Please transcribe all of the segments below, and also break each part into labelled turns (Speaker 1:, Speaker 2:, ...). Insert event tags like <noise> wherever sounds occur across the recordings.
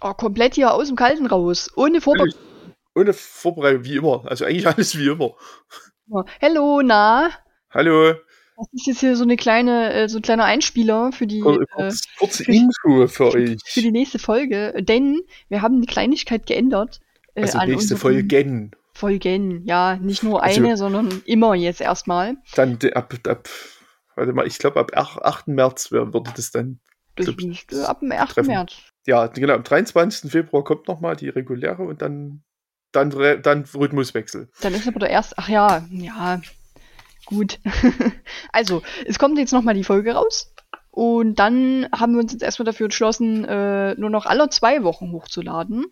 Speaker 1: Oh, komplett hier aus dem Kalten raus. Ohne Vorbereitung.
Speaker 2: Ohne Vorbereitung, wie immer. Also eigentlich <laughs> alles wie immer.
Speaker 1: Hallo, na?
Speaker 2: Hallo.
Speaker 1: Das ist jetzt hier so eine kleine, äh, so ein kleiner Einspieler für die,
Speaker 2: Kur-
Speaker 1: äh,
Speaker 2: Kurz, kurze Info Oh, für
Speaker 1: für
Speaker 2: euch.
Speaker 1: die nächste Folge, denn wir haben eine Kleinigkeit geändert. äh,
Speaker 2: Also
Speaker 1: an
Speaker 2: nächste
Speaker 1: unseren
Speaker 2: Folgen.
Speaker 1: Folgen, ja, nicht nur
Speaker 2: Also-
Speaker 1: eine, sondern immer jetzt erstmal.
Speaker 2: Dann de- ab, ab, warte mal, ich glaube ab 8. 8. März wär- würde das dann.
Speaker 1: Das
Speaker 2: Glaub ich,
Speaker 1: ist äh, ab dem 8.
Speaker 2: Also treffen.
Speaker 1: März.
Speaker 2: Ja, genau, am 23. Februar kommt nochmal die reguläre und dann, dann, Re- dann Rhythmuswechsel.
Speaker 1: Dann ist aber der erste. Ach ja, ja. Gut. <laughs> also, es kommt jetzt nochmal die Folge raus. Und dann haben wir uns jetzt erstmal dafür entschlossen, äh, nur noch alle zwei Wochen hochzuladen.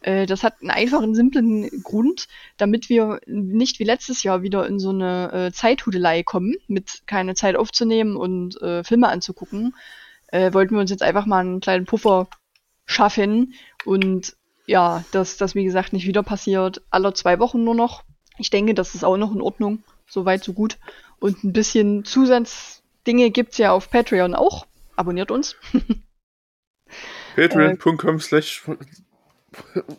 Speaker 1: Äh, das hat einen einfachen, simplen Grund, damit wir nicht wie letztes Jahr wieder in so eine äh, Zeithudelei kommen, mit keine Zeit aufzunehmen und äh, Filme anzugucken. Äh, wollten wir uns jetzt einfach mal einen kleinen Puffer schaffen und ja, dass das wie gesagt nicht wieder passiert. Alle zwei Wochen nur noch. Ich denke, das ist auch noch in Ordnung. Soweit, so gut. Und ein bisschen Zusatzdinge gibt's ja auf Patreon auch. Abonniert uns. <laughs>
Speaker 2: Patreon.com slash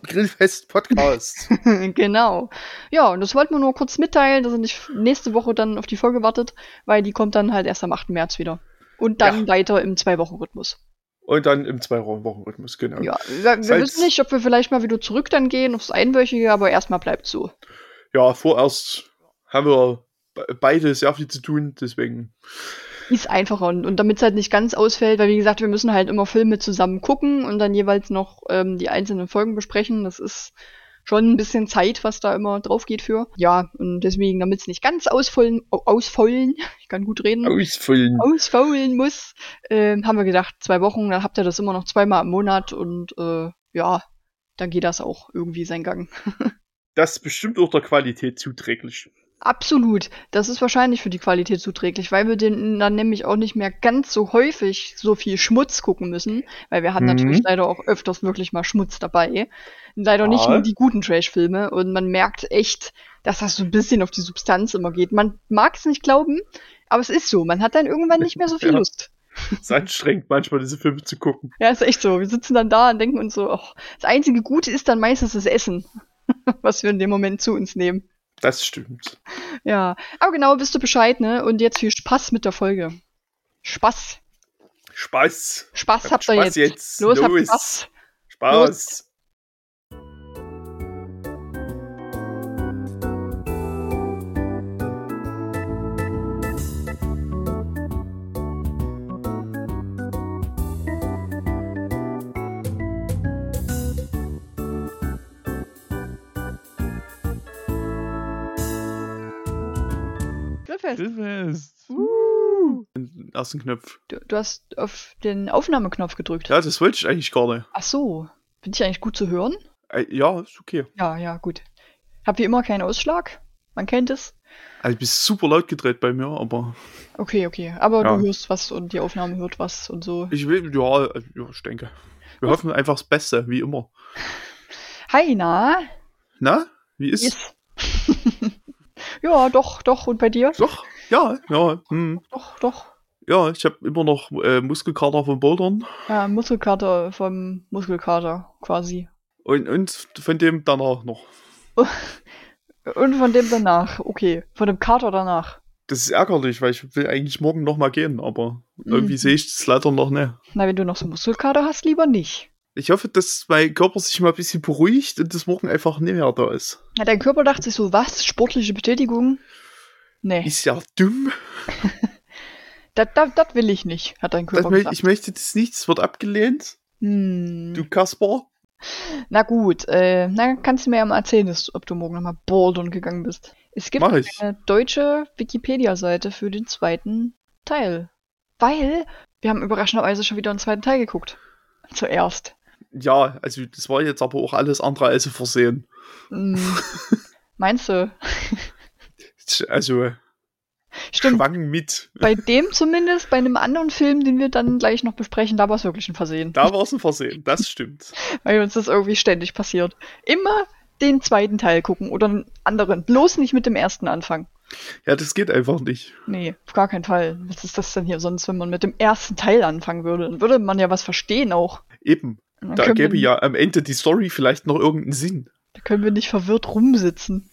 Speaker 2: Grillfest
Speaker 1: <laughs>
Speaker 2: Podcast.
Speaker 1: genau. Ja, und das wollten wir nur kurz mitteilen, dass ihr nicht nächste Woche dann auf die Folge wartet, weil die kommt dann halt erst am 8. März wieder. Und dann
Speaker 2: Ja.
Speaker 1: weiter im Zwei-Wochen-Rhythmus.
Speaker 2: und dann im Zwei-Wochen-Rhythmus, genau.
Speaker 1: Ja, wir, wir
Speaker 2: Falls-
Speaker 1: wissen nicht, ob wir vielleicht mal wieder zurück dann gehen aufs Einwöchige, aber erstmal bleibt so.
Speaker 2: ja, vorerst haben wir be- beide sehr viel zu tun, deswegen.
Speaker 1: Ist einfacher und, und damit es halt nicht ganz ausfällt, weil wie gesagt, wir müssen halt immer Filme zusammen gucken und dann jeweils noch ähm, die einzelnen Folgen besprechen. Das ist schon ein bisschen Zeit, was da immer drauf geht für. Ja, und deswegen, damit es nicht ganz ausfallen, au- ausfallen, <laughs> ich kann gut reden,
Speaker 2: Ausfüllen.
Speaker 1: ausfallen muss, ähm, haben wir gedacht, zwei Wochen, dann habt ihr das immer noch zweimal im Monat und äh, ja, dann geht das auch irgendwie seinen Gang.
Speaker 2: Das ist bestimmt auch der Qualität zuträglich.
Speaker 1: Absolut. Das ist wahrscheinlich für die Qualität zuträglich, weil wir den dann nämlich auch nicht mehr ganz so häufig so viel Schmutz gucken müssen, weil wir haben
Speaker 2: Mhm.
Speaker 1: natürlich leider auch öfters wirklich mal Schmutz dabei. Leider nicht
Speaker 2: Ja.
Speaker 1: nur die guten Trash-Filme und man merkt echt, dass das so ein bisschen auf die Substanz immer geht. Man mag es nicht glauben, aber es ist so. Man hat dann irgendwann nicht mehr so viel
Speaker 2: <laughs> Ja.
Speaker 1: Lust.
Speaker 2: Es ist anstrengend, manchmal diese Filme zu gucken.
Speaker 1: Ja, ist echt so. Wir sitzen dann da und denken uns so, ach, das einzige Gute ist dann meistens das Essen, <laughs> was wir in dem Moment zu uns nehmen.
Speaker 2: Das stimmt.
Speaker 1: Ja, aber genau, bist du Bescheid, ne? Und jetzt viel Spaß mit der Folge. Spaß.
Speaker 2: Spaß.
Speaker 1: Spaß habt ihr jetzt.
Speaker 2: Spaß jetzt.
Speaker 1: Los, habt
Speaker 2: Los.
Speaker 1: Spaß.
Speaker 2: Spaß.
Speaker 1: Grillfest.
Speaker 2: Grillfest. Den ersten Knopf.
Speaker 1: Uh. Du, du hast auf den Aufnahmeknopf gedrückt.
Speaker 2: Ja, das wollte ich eigentlich gar nicht.
Speaker 1: Ach so. Bin ich eigentlich gut zu hören?
Speaker 2: Äh, Ja, ist okay.
Speaker 1: Ja, ja, gut. Hab wie immer keinen Ausschlag. Man kennt es.
Speaker 2: Also, du bist super laut gedreht bei mir, aber
Speaker 1: Okay, okay. Aber
Speaker 2: Ja.
Speaker 1: du hörst was und die Aufnahme hört was und so.
Speaker 2: ich will, ja, äh, ja ich denke. Wir hoffen einfach das Beste, wie immer.
Speaker 1: Hi, na?
Speaker 2: Na, wie ist?
Speaker 1: Yes. <laughs> ja, doch, doch. Und bei dir?
Speaker 2: Doch, ja, ja, hm.
Speaker 1: Doch, doch.
Speaker 2: ja, ich habe immer noch äh, Muskelkater vom Bouldern
Speaker 1: Ja, Muskelkater vom Muskelkater quasi.
Speaker 2: und, und von dem danach noch.
Speaker 1: Und von dem danach, okay. Von dem Kater danach.
Speaker 2: Das ist ärgerlich, weil ich will eigentlich morgen nochmal gehen, aber
Speaker 1: Mhm.
Speaker 2: irgendwie sehe ich das leider noch nicht.
Speaker 1: Na, wenn du noch so Muskelkater hast, lieber nicht.
Speaker 2: Ich hoffe, dass mein Körper sich mal ein bisschen beruhigt und das morgen einfach nicht mehr da ist.
Speaker 1: Na, dein Körper dachte sich so, was? Sportliche Betätigung? Nee,
Speaker 2: Ist ja dumm.
Speaker 1: das da, das will ich nicht, hat dein
Speaker 2: Das
Speaker 1: Körper
Speaker 2: mö
Speaker 1: gesagt.
Speaker 2: ich möchte das nicht, es wird abgelehnt.
Speaker 1: Hm.
Speaker 2: Du Kasper.
Speaker 1: Na gut, äh, na, kannst du mir ja mal erzählen, dass, ob du morgen nochmal bouldern gegangen bist. Es gibt
Speaker 2: Mach ich.
Speaker 1: eine deutsche Wikipedia-Seite für den zweiten Teil. Weil wir haben überraschenderweise schon wieder einen zweiten Teil geguckt. Zuerst.
Speaker 2: Ja, also das war jetzt aber auch alles andere als ein Versehen. <laughs>
Speaker 1: Hm. Meinst du?
Speaker 2: Also
Speaker 1: Stimmt,
Speaker 2: schwang mit.
Speaker 1: bei dem zumindest, bei einem anderen Film, den wir dann gleich noch besprechen, da war es wirklich ein Versehen.
Speaker 2: Da war es ein Versehen, das stimmt.
Speaker 1: Weil uns das irgendwie ständig passiert. Immer den zweiten Teil gucken oder einen anderen. Bloß nicht mit dem ersten anfangen.
Speaker 2: Ja, das geht einfach nicht.
Speaker 1: Nee, auf gar keinen Fall. Was ist das denn hier sonst, wenn man mit dem ersten Teil anfangen würde? Dann würde man ja was verstehen auch.
Speaker 2: Eben.
Speaker 1: Dann
Speaker 2: Da
Speaker 1: können
Speaker 2: gäbe
Speaker 1: wir,
Speaker 2: ja am Ende die Story vielleicht noch irgendeinen Sinn.
Speaker 1: Da können wir nicht verwirrt rumsitzen.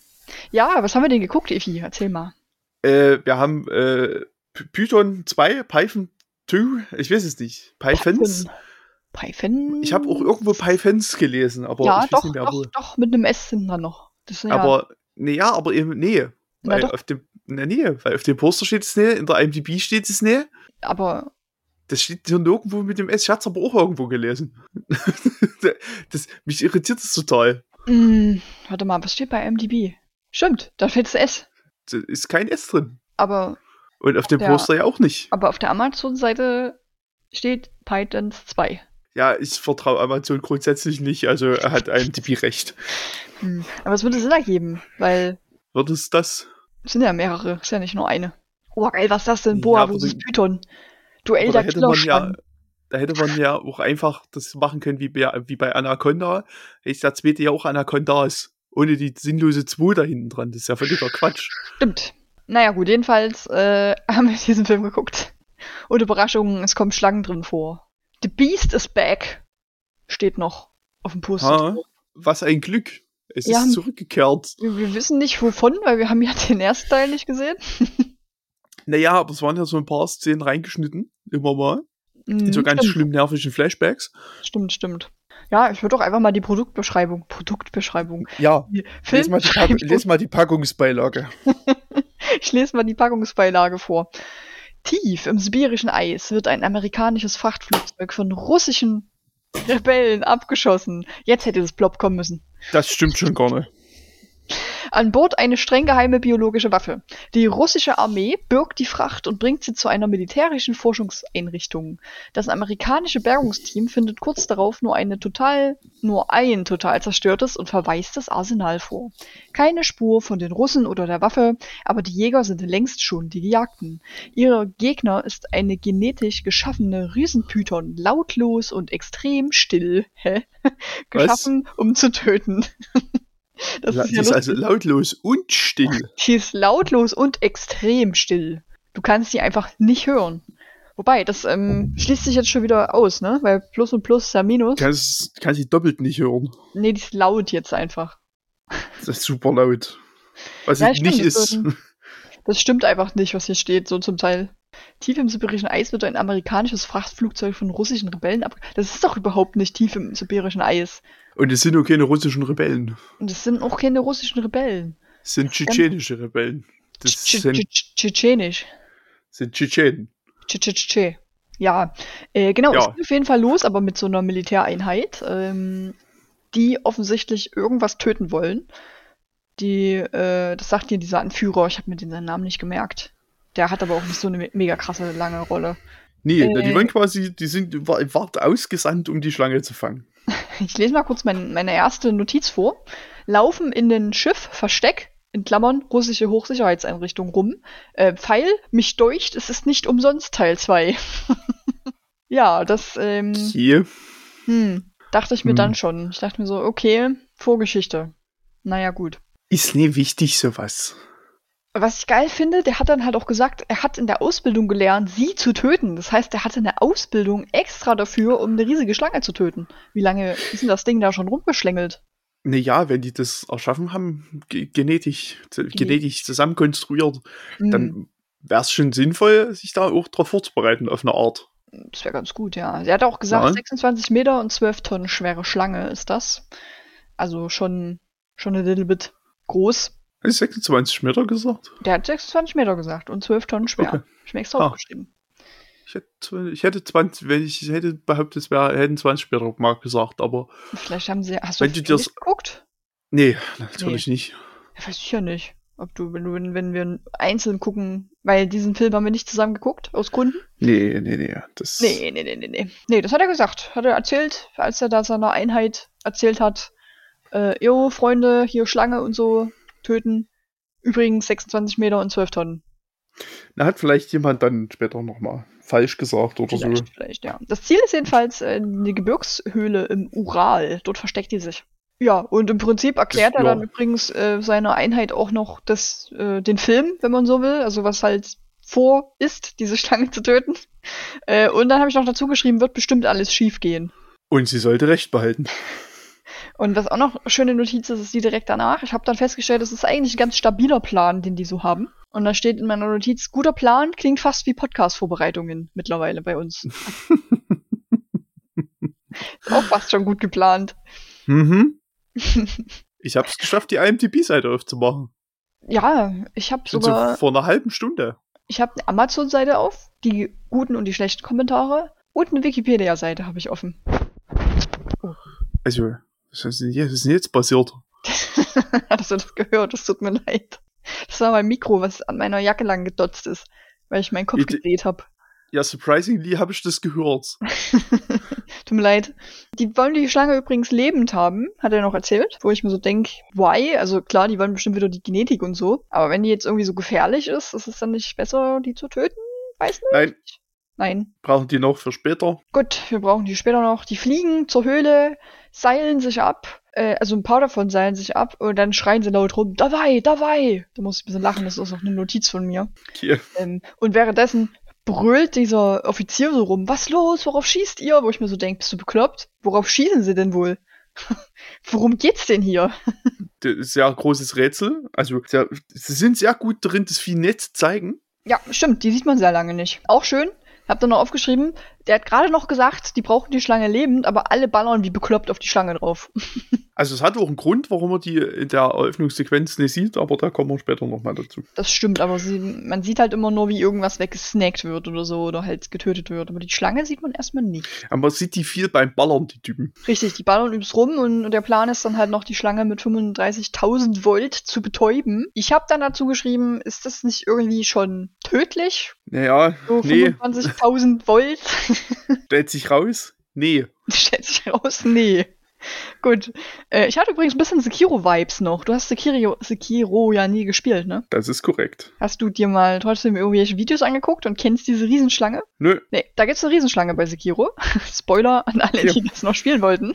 Speaker 1: Ja, was haben wir denn geguckt, Evi? Erzähl mal.
Speaker 2: Äh, wir haben äh, P- Python 2, Python 2, ich weiß es nicht. Pythons.
Speaker 1: Python.
Speaker 2: Ich habe auch irgendwo Pythons gelesen, aber ich
Speaker 1: Ja,
Speaker 2: weiß
Speaker 1: doch,
Speaker 2: nicht mehr
Speaker 1: doch,
Speaker 2: wo.
Speaker 1: doch, mit einem S sind wir noch. Das sind ja,
Speaker 2: Aber, nee, ja, aber eben, nee.
Speaker 1: na
Speaker 2: Weil
Speaker 1: doch,
Speaker 2: auf dem, na, nee, weil auf dem Poster steht es nee, in der IMDb steht es nee.
Speaker 1: aber
Speaker 2: Das steht hier nirgendwo mit dem S. Ich hab's aber auch irgendwo gelesen. <laughs> das, mich irritiert das total.
Speaker 1: Mm, warte mal, was steht bei MDB? Stimmt, da steht das S.
Speaker 2: Da ist kein S drin.
Speaker 1: Aber,
Speaker 2: Und auf dem
Speaker 1: Ja.
Speaker 2: Poster ja auch nicht.
Speaker 1: aber auf der Amazon-Seite steht Pythons 2.
Speaker 2: Ja, ich vertraue Amazon grundsätzlich nicht, also er hat IMDb recht.
Speaker 1: Hm. Aber es würde Sinn ergeben, weil
Speaker 2: Wird es das?
Speaker 1: es sind ja mehrere, ist ja nicht nur eine. Oh, geil, was ist das denn?
Speaker 2: Ja,
Speaker 1: Boa
Speaker 2: aber
Speaker 1: versus
Speaker 2: die-
Speaker 1: Python. Duell
Speaker 2: Aber
Speaker 1: der
Speaker 2: da hätte man ja,
Speaker 1: Killerschlangen.
Speaker 2: da hätte man ja auch einfach das machen können wie bei, wie bei Anaconda. Ist der zweite ja auch Anaconda ist. Ohne die sinnlose 2 da hinten dran. Das ist
Speaker 1: <laughs>
Speaker 2: ja völliger Quatsch.
Speaker 1: Stimmt. Naja, gut, jedenfalls äh, <laughs> haben wir diesen Film geguckt. Und Überraschung, es kommen Schlangen drin vor. The Beast is back. Steht noch auf dem Poster.
Speaker 2: Ha, was ein Glück. Es
Speaker 1: Ja.
Speaker 2: ist zurückgekehrt.
Speaker 1: Wir, wir wissen nicht wovon, weil wir haben ja <laughs> den ersten Teil nicht gesehen.
Speaker 2: Naja, aber es waren ja so ein paar Szenen reingeschnitten. Immer mal.
Speaker 1: Mhm,
Speaker 2: In so ganz
Speaker 1: stimmt,
Speaker 2: schlimm nervigen Flashbacks.
Speaker 1: Stimmt, stimmt. Ja, ich würde doch einfach mal die Produktbeschreibung.
Speaker 2: <laughs>
Speaker 1: Produktbeschreibung.
Speaker 2: Ja,
Speaker 1: Die
Speaker 2: les mal, die Pack-
Speaker 1: Filmbeschreibung.
Speaker 2: les mal die Packungsbeilage.
Speaker 1: Ich lese mal die Packungsbeilage vor. Tief im sibirischen Eis wird ein amerikanisches Frachtflugzeug von russischen Rebellen abgeschossen. Jetzt hätte das Plop kommen müssen.
Speaker 2: Das stimmt schon gar nicht.
Speaker 1: An Bord eine streng geheime biologische Waffe. Die russische Armee birgt die Fracht und bringt sie zu einer militärischen Forschungseinrichtung. Das amerikanische Bergungsteam findet kurz darauf nur eine total, nur ein total zerstörtes und verwaistes Arsenal vor. Keine Spur von den Russen oder der Waffe, aber die Jäger sind längst schon die Gejagten. Ihr Gegner ist eine genetisch geschaffene Riesenpython, lautlos und extrem still, hä? <laughs>
Speaker 2: Was?
Speaker 1: geschaffen, um zu töten. <laughs> Das
Speaker 2: La-
Speaker 1: ist
Speaker 2: die
Speaker 1: ja
Speaker 2: ist
Speaker 1: lustig.
Speaker 2: also lautlos
Speaker 1: <laughs>
Speaker 2: und still.
Speaker 1: Die ist lautlos und extrem still. Du kannst sie einfach nicht hören. Wobei, das ähm, schließt sich jetzt schon wieder aus, ne? Weil Plus und Plus ist ja Minus.
Speaker 2: Kannst, kannst sie doppelt nicht hören.
Speaker 1: Nee, die ist laut jetzt einfach.
Speaker 2: Das ist super laut. Was
Speaker 1: Ja,
Speaker 2: es
Speaker 1: stimmt,
Speaker 2: nicht
Speaker 1: das
Speaker 2: ist.
Speaker 1: würden- Das stimmt einfach nicht, was hier steht, so zum Teil. Tief im sibirischen Eis wird ein amerikanisches Frachtflugzeug von russischen Rebellen ab. Das ist doch überhaupt nicht tief im sibirischen Eis.
Speaker 2: Und es sind nur keine russischen Rebellen.
Speaker 1: Und es sind auch keine russischen Rebellen.
Speaker 2: Es sind tschetschenische Rebellen. Das
Speaker 1: Ähm, Tsch-
Speaker 2: sind,
Speaker 1: tsch- tsch- Tschetschenisch.
Speaker 2: sind Tschetschenen.
Speaker 1: Tsche, tsche, tsche. Ja, äh, genau,
Speaker 2: Ja.
Speaker 1: es geht auf jeden Fall los, aber mit so einer Militäreinheit, ähm, die offensichtlich irgendwas töten wollen. Die, äh, das sagt dir dieser Anführer, ich habe mir den seinen Namen nicht gemerkt. Der hat aber auch nicht so eine me- mega krasse lange Rolle.
Speaker 2: Nee, na,
Speaker 1: Äh.
Speaker 2: die waren quasi, die sind wa- wart ausgesandt, um die Schlange zu fangen.
Speaker 1: Ich lese mal kurz mein, meine erste Notiz vor. Laufen in den Schiff, Versteck, in Klammern, russische Hochsicherheitseinrichtung rum. Äh, Pfeil, mich deucht, es ist nicht umsonst Teil 2. <laughs> ja, das, ähm,
Speaker 2: Okay.
Speaker 1: Hm, dachte ich mir
Speaker 2: Hm.
Speaker 1: dann schon. Ich dachte mir so, okay, Vorgeschichte. Naja, gut.
Speaker 2: Ist nie wichtig, sowas.
Speaker 1: Was ich geil finde, der hat dann halt auch gesagt, er hat in der Ausbildung gelernt, sie zu töten. Das heißt, er hatte eine Ausbildung extra dafür, um eine riesige Schlange zu töten. Wie lange ist denn das Ding da schon rumgeschlängelt?
Speaker 2: Naja, wenn die das erschaffen haben, ge- genetisch, zu- genetisch zusammenkonstruiert,
Speaker 1: Hm,
Speaker 2: dann wäre es schon sinnvoll, sich da auch drauf vorzubereiten, auf eine Art.
Speaker 1: das wäre ganz gut, ja. Er hat auch gesagt,
Speaker 2: Ja.
Speaker 1: 26 Meter und 12 Tonnen schwere Schlange ist das. Also schon, schon a little bit groß.
Speaker 2: Hast du 26 Meter gesagt?
Speaker 1: Der hat 26 Meter gesagt und 12 Tonnen schwer.
Speaker 2: Okay.
Speaker 1: Ich mir extra
Speaker 2: Ah.
Speaker 1: aufgeschrieben.
Speaker 2: Ich hätte, ich hätte 20, wenn ich hätte behauptet, es wäre, hätten 20 Meter mal gesagt, aber
Speaker 1: Vielleicht haben sie. Hast du
Speaker 2: Wenn
Speaker 1: auf
Speaker 2: du
Speaker 1: den
Speaker 2: das-
Speaker 1: Link geguckt?
Speaker 2: nee, natürlich nicht.
Speaker 1: Ja, weiß ich ja nicht. Ob du, wenn, du, wenn wenn wir einzeln gucken, weil diesen Film haben wir nicht zusammen geguckt, aus Gründen?
Speaker 2: Nee, nee, nee. Das
Speaker 1: Nee, nee, nee, nee, nee. Nee, das hat er gesagt. Hat er erzählt, als er da seiner Einheit erzählt hat, äh, yo, Freunde, hier Schlange und so, töten. Übrigens 26 Meter und 12 Tonnen.
Speaker 2: Na, hat vielleicht jemand dann später nochmal falsch gesagt oder so.
Speaker 1: Vielleicht, vielleicht, ja. Das Ziel ist jedenfalls äh, eine Gebirgshöhle im Ural. Dort versteckt die sich. Ja, und im Prinzip erklärt
Speaker 2: Das-
Speaker 1: er dann
Speaker 2: ja.
Speaker 1: übrigens äh, seiner Einheit auch noch das, äh, den Film, wenn man so will. Also was halt vor ist, diese Schlange zu töten. Äh, und dann habe ich noch dazu geschrieben, wird bestimmt alles schief gehen.
Speaker 2: Und sie sollte Recht behalten.
Speaker 1: Und was auch noch schöne Notiz ist, ist die direkt danach. Ich habe dann festgestellt, es ist eigentlich ein ganz stabiler Plan, den die so haben. Und da steht in meiner Notiz, guter Plan klingt fast wie Podcast-Vorbereitungen mittlerweile bei uns. ist auch fast schon gut geplant. <laughs>
Speaker 2: Mhm. Ich habe es geschafft, die IMDb-Seite aufzumachen.
Speaker 1: Ja, ich habe
Speaker 2: Und so
Speaker 1: sogar,
Speaker 2: vor einer halben Stunde.
Speaker 1: ich habe eine Amazon-Seite auf, die guten und die schlechten Kommentare. Und eine Wikipedia-Seite habe ich offen. <laughs>
Speaker 2: Also, was ist denn hier- was ist denn jetzt passiert?
Speaker 1: Hast du das gehört? Es tut mir leid. Das war mein Mikro, was an meiner Jacke lang gedotzt ist, weil ich meinen Kopf
Speaker 2: Bitte.
Speaker 1: gedreht habe.
Speaker 2: Ja, surprisingly habe ich das gehört.
Speaker 1: <laughs> Tut mir leid. Die wollen die Schlange übrigens lebend haben, hat er noch erzählt, wo ich mir so denke, why? Also klar, die wollen bestimmt wieder die Genetik und so, aber wenn die jetzt irgendwie so gefährlich ist, ist es dann nicht besser, die zu töten? Weiß nicht.
Speaker 2: Nein,
Speaker 1: Nein.
Speaker 2: brauchen die noch für später.
Speaker 1: Gut, wir brauchen die später noch. Die fliegen zur Höhle, seilen sich ab, äh, also ein paar davon seilen sich ab und dann schreien sie laut rum, dabei, dabei. Da muss ich ein bisschen lachen, das ist auch eine Notiz von mir.
Speaker 2: Okay.
Speaker 1: Ähm, und währenddessen brüllt dieser Offizier so rum, was los, worauf schießt ihr? Wo ich mir so denke, bist du bekloppt? Worauf schießen sie denn wohl? <laughs> Worum geht's denn hier?
Speaker 2: Das ist ja ein großes Rätsel. Also, sehr, sie sind sehr gut drin, das Vieh nett zu zeigen.
Speaker 1: Ja, stimmt, die sieht man sehr lange nicht. Auch schön, hab da noch aufgeschrieben, der hat gerade noch gesagt, die brauchen die Schlange lebend, aber alle ballern wie bekloppt auf die Schlange drauf.
Speaker 2: Also, es hat auch einen Grund, warum man die in der Eröffnungssequenz nicht sieht, aber da kommen wir später nochmal dazu.
Speaker 1: Das stimmt, aber sie, man sieht halt immer nur, wie irgendwas weggesnackt wird oder so oder halt getötet wird. Aber die Schlange sieht man erstmal nicht.
Speaker 2: Aber man sieht die viel beim Ballern, die Typen.
Speaker 1: Richtig, die ballern übst rum und, und der Plan ist dann halt noch, die Schlange mit 35.000 Volt zu betäuben. Ich habe dann dazu geschrieben, ist das nicht irgendwie schon tödlich?
Speaker 2: Naja,
Speaker 1: So
Speaker 2: nee,
Speaker 1: 25.000 Volt? <laughs>
Speaker 2: stellt sich raus. Nee.
Speaker 1: Stellt sich raus, nee. Gut. Äh, ich hatte übrigens ein bisschen Sekiro-Vibes noch. Du hast Sekiro, Sekiro ja nie gespielt, ne?
Speaker 2: Das ist korrekt.
Speaker 1: Hast du dir mal trotzdem irgendwelche Videos angeguckt und kennst diese Riesenschlange?
Speaker 2: Nö,
Speaker 1: Nee, da gibt's eine Riesenschlange bei Sekiro. <laughs> Spoiler an alle,
Speaker 2: Ja.
Speaker 1: die das noch spielen wollten.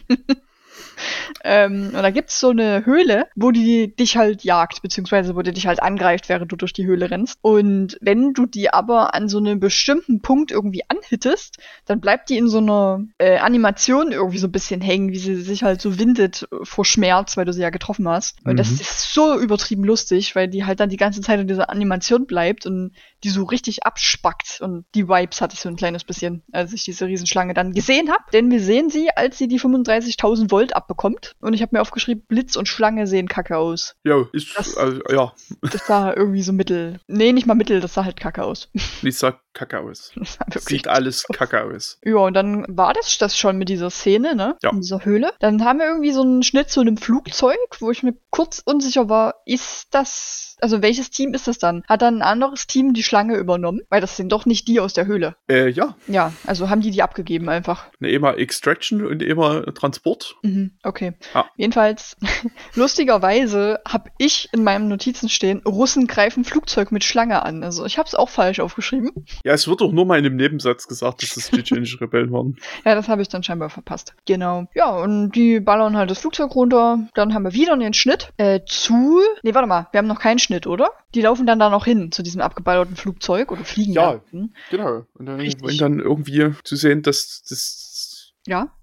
Speaker 1: <laughs> ähm, und da gibt's so eine Höhle, wo die dich halt jagt, beziehungsweise wo die dich halt angreift, während du durch die Höhle rennst. Und wenn du die aber an so einem bestimmten Punkt irgendwie anhittest, dann bleibt die in so einer äh, Animation irgendwie so ein bisschen hängen, wie sie sich halt so windet äh, vor Schmerz, weil du sie ja getroffen hast. Und das
Speaker 2: Mhm.
Speaker 1: ist so übertrieben lustig, weil die halt dann die ganze Zeit in dieser Animation bleibt und die so richtig abspackt. Und die Vibes hatte ich so ein kleines bisschen, als ich diese Riesenschlange dann gesehen habe. Denn wir sehen sie, als sie die 35.000 Volt abbekommt. Und ich habe mir aufgeschrieben, Blitz und Schlange sehen kacke aus.
Speaker 2: ja, ist,
Speaker 1: Das-
Speaker 2: also, ja,
Speaker 1: Das
Speaker 2: <laughs>
Speaker 1: sah irgendwie so mittel. Nee, nicht mal mittel, das sah halt kacke aus. <laughs>
Speaker 2: ich sag kacke aus.
Speaker 1: Das sah wirklich
Speaker 2: Sieht alles kacke aus.
Speaker 1: Ja, und dann war das das schon mit dieser Szene, ne?
Speaker 2: Ja.
Speaker 1: In dieser Höhle. Dann haben wir irgendwie so einen Schnitt zu einem Flugzeug, wo ich mir kurz unsicher war, ist das, also welches Team ist das dann? Hat dann ein anderes Team die Schlange übernommen? Weil das sind doch nicht die aus der Höhle.
Speaker 2: Äh, ja,
Speaker 1: Ja, also haben die die abgegeben einfach.
Speaker 2: ne, immer Extraction und immer Transport.
Speaker 1: Mhm, okay.
Speaker 2: Ja.
Speaker 1: Jedenfalls, <laughs> lustigerweise habe ich in meinen Notizen stehen, Russen greifen Flugzeug mit Schlange an. Also ich habe es auch falsch aufgeschrieben.
Speaker 2: Ja, es wird auch nur mal in dem Nebensatz gesagt, dass das tschetschenische
Speaker 1: <laughs>
Speaker 2: Rebellen waren.
Speaker 1: Ja, das habe ich dann scheinbar verpasst. Genau. Ja, und die ballern halt das Flugzeug runter. Dann haben wir wieder einen Schnitt äh, zu. Nee, warte mal, wir haben noch keinen Schnitt, oder? Die laufen dann da noch hin zu diesem abgeballerten Flugzeug oder fliegen da
Speaker 2: Ja.
Speaker 1: Hm? hin.
Speaker 2: Genau. Und dann,
Speaker 1: Richtig.
Speaker 2: und dann irgendwie zu sehen, dass das.
Speaker 1: Ja.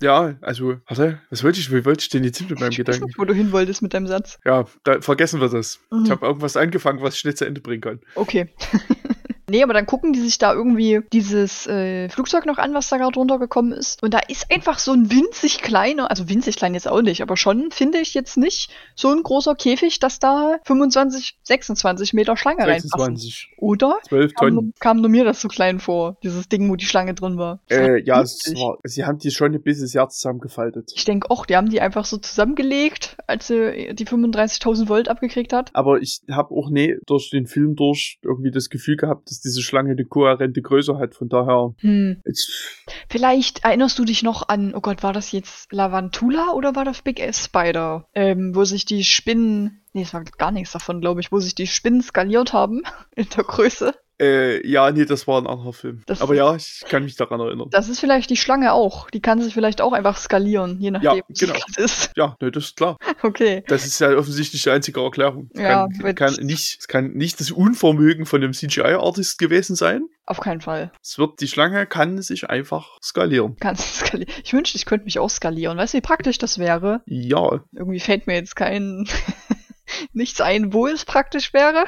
Speaker 2: Ja, also, warte, was wollte ich, wie wollte ich denn jetzt hin mit meinem
Speaker 1: Ich weiß
Speaker 2: Gedanken?
Speaker 1: nicht, wo du hin wolltest mit deinem Satz.
Speaker 2: Ja, da vergessen wir das.
Speaker 1: Mhm.
Speaker 2: Ich habe irgendwas angefangen, was ich schnell zu Ende bringen kann.
Speaker 1: Okay. <laughs> Nee, aber dann gucken die sich da irgendwie dieses äh, Flugzeug noch an, was da gerade runtergekommen ist. Und da ist einfach so ein winzig kleiner, also winzig klein jetzt auch nicht, aber schon finde ich jetzt nicht so ein großer Käfig, dass da 25, 26 Meter Schlange reinpassen.
Speaker 2: 26,
Speaker 1: Oder?
Speaker 2: 12
Speaker 1: kam,
Speaker 2: Tonnen.
Speaker 1: nur- kam nur mir das so klein vor, dieses Ding, wo die Schlange drin war.
Speaker 2: Äh, ja, es
Speaker 1: Richtig.
Speaker 2: war, sie haben die schon ein bisschen sehr zusammengefaltet.
Speaker 1: Ich denke auch, die haben die einfach so zusammengelegt, als sie die 35.000 Volt abgekriegt hat.
Speaker 2: Aber ich habe auch nie durch den Film durch irgendwie das Gefühl gehabt, dass diese Schlange eine kohärente Größe hat. Von daher,
Speaker 1: Hm.
Speaker 2: jetzt,
Speaker 1: Vielleicht erinnerst du dich noch an, oh Gott, war das jetzt Lavantula oder war das Big Ass Spider? Ähm, wo sich die Spinnen, nee, es war gar nichts davon, glaube ich, wo sich die Spinnen skaliert haben <laughs> in der Größe.
Speaker 2: äh, ja, nee, das war ein anderer Film.
Speaker 1: Das-
Speaker 2: Aber ja, ich kann mich daran erinnern.
Speaker 1: Das ist vielleicht die Schlange auch. Die kann sich vielleicht auch einfach skalieren, je nachdem,
Speaker 2: genau.
Speaker 1: was das ist. <laughs>
Speaker 2: Ja, ne, das ist klar.
Speaker 1: Okay.
Speaker 2: Das ist ja offensichtlich die einzige Erklärung. Es
Speaker 1: Ja,
Speaker 2: kann,
Speaker 1: wird-
Speaker 2: kann nicht, es kann nicht das Unvermögen von einem CGI-Artist gewesen sein.
Speaker 1: Auf keinen Fall.
Speaker 2: Es wird, die Schlange kann sich einfach skalieren.
Speaker 1: Kannst du <laughs> skalieren. Ich wünschte, ich könnte mich auch skalieren. Weißt du, wie praktisch das wäre?
Speaker 2: Ja. <laughs>
Speaker 1: Irgendwie fällt mir jetzt kein. <laughs> nichts ein, wo es praktisch wäre.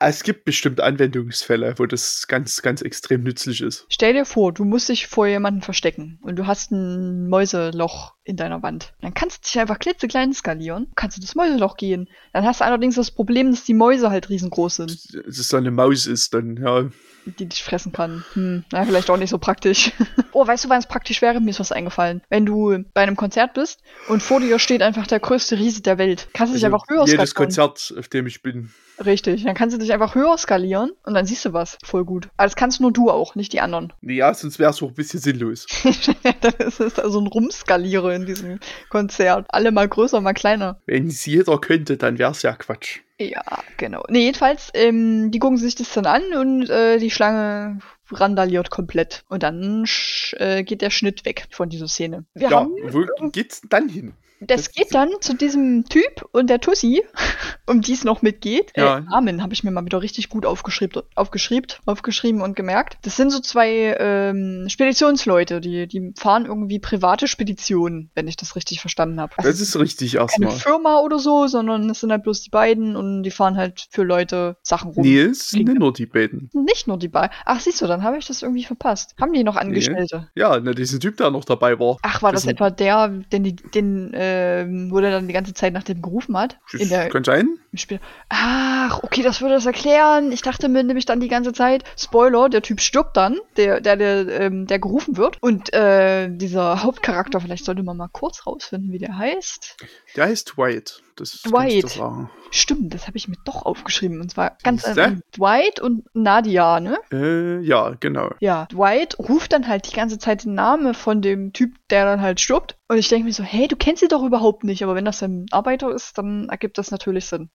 Speaker 2: Es gibt bestimmt Anwendungsfälle, wo das ganz, ganz extrem nützlich ist.
Speaker 1: Stell dir vor, du musst dich vor jemanden verstecken und du hast ein Mäuseloch in deiner Wand. Dann kannst du dich einfach klitzeklein skalieren, kannst du das Mäuseloch gehen. Dann hast du allerdings das Problem, dass die Mäuse halt riesengroß sind,
Speaker 2: Dass es so eine Maus ist, dann, ja.
Speaker 1: die dich fressen kann. Hm, na, vielleicht auch nicht so praktisch. <laughs> oh, weißt du, wann es praktisch wäre? Mir ist was eingefallen. Wenn du bei einem Konzert bist und vor dir steht einfach der größte Riese der Welt, kannst du dich einfach höher skalieren.
Speaker 2: also jedes Konzert, auf dem ich bin.
Speaker 1: Richtig, dann kannst du dich einfach höher skalieren und dann siehst du was. Voll gut. Aber das kannst nur du auch, nicht die anderen.
Speaker 2: Ja, sonst wäre es auch ein bisschen sinnlos.
Speaker 1: <laughs> das ist also ein Rumskaliere in diesem Konzert. Alle mal größer, mal kleiner.
Speaker 2: Wenn es jeder könnte, dann wäre es ja Quatsch.
Speaker 1: Ja, genau. Nee, jedenfalls, ähm, die gucken sich das dann an und äh, die Schlange randaliert komplett. Und dann sch- äh, geht der Schnitt weg von dieser Szene. Wir
Speaker 2: ja,
Speaker 1: haben,
Speaker 2: wo geht's denn dann hin?
Speaker 1: das
Speaker 2: das-
Speaker 1: geht dann zu diesem Typ und der Tussi, <laughs> um die es noch mitgeht.
Speaker 2: Ja.
Speaker 1: Äh, Namen habe ich mir mal wieder richtig gut aufgeschrieben, aufgeschrieben, aufgeschrieben und gemerkt. Das sind so zwei ähm, Speditionsleute, die, die fahren irgendwie private Speditionen, wenn ich das richtig verstanden habe.
Speaker 2: Das ist richtig
Speaker 1: Also, keine
Speaker 2: erstmal.
Speaker 1: Firma oder so, sondern es sind halt bloß die beiden und die fahren halt für Leute Sachen rum.
Speaker 2: Nee, es sind nur die beiden.
Speaker 1: Nicht nur die beiden. Ach, siehst du, dann habe ich das irgendwie verpasst. Haben die noch Angestellte?
Speaker 2: Ja, na, diesen Typ, der noch dabei war.
Speaker 1: Ach, war das,
Speaker 2: Das-
Speaker 1: etwa der, den, die, den ähm, wo der dann die ganze Zeit nach dem gerufen hat? In der,
Speaker 2: Kann sein.
Speaker 1: Im Spiel. Ach, okay, das würde das erklären. Ich dachte mir nämlich dann die ganze Zeit, Spoiler, der Typ stirbt dann, der, der, der, ähm, der gerufen wird. Und äh, dieser Hauptcharakter, vielleicht sollte man mal kurz rausfinden, wie der heißt.
Speaker 2: Der heißt Dwight. Das Kann ich
Speaker 1: Dwight.
Speaker 2: doch sagen.
Speaker 1: Stimmt, das habe ich mir doch aufgeschrieben. Und zwar ganz
Speaker 2: Siehste?
Speaker 1: äh, Dwight und Nadia, ne?
Speaker 2: Äh, ja, genau.
Speaker 1: Ja. Dwight ruft dann halt die ganze Zeit den Namen von dem Typ, der dann halt stirbt. Und ich denke mir so, hey, du kennst sie doch überhaupt nicht. Aber wenn das ein Arbeiter ist, dann ergibt das natürlich Sinn.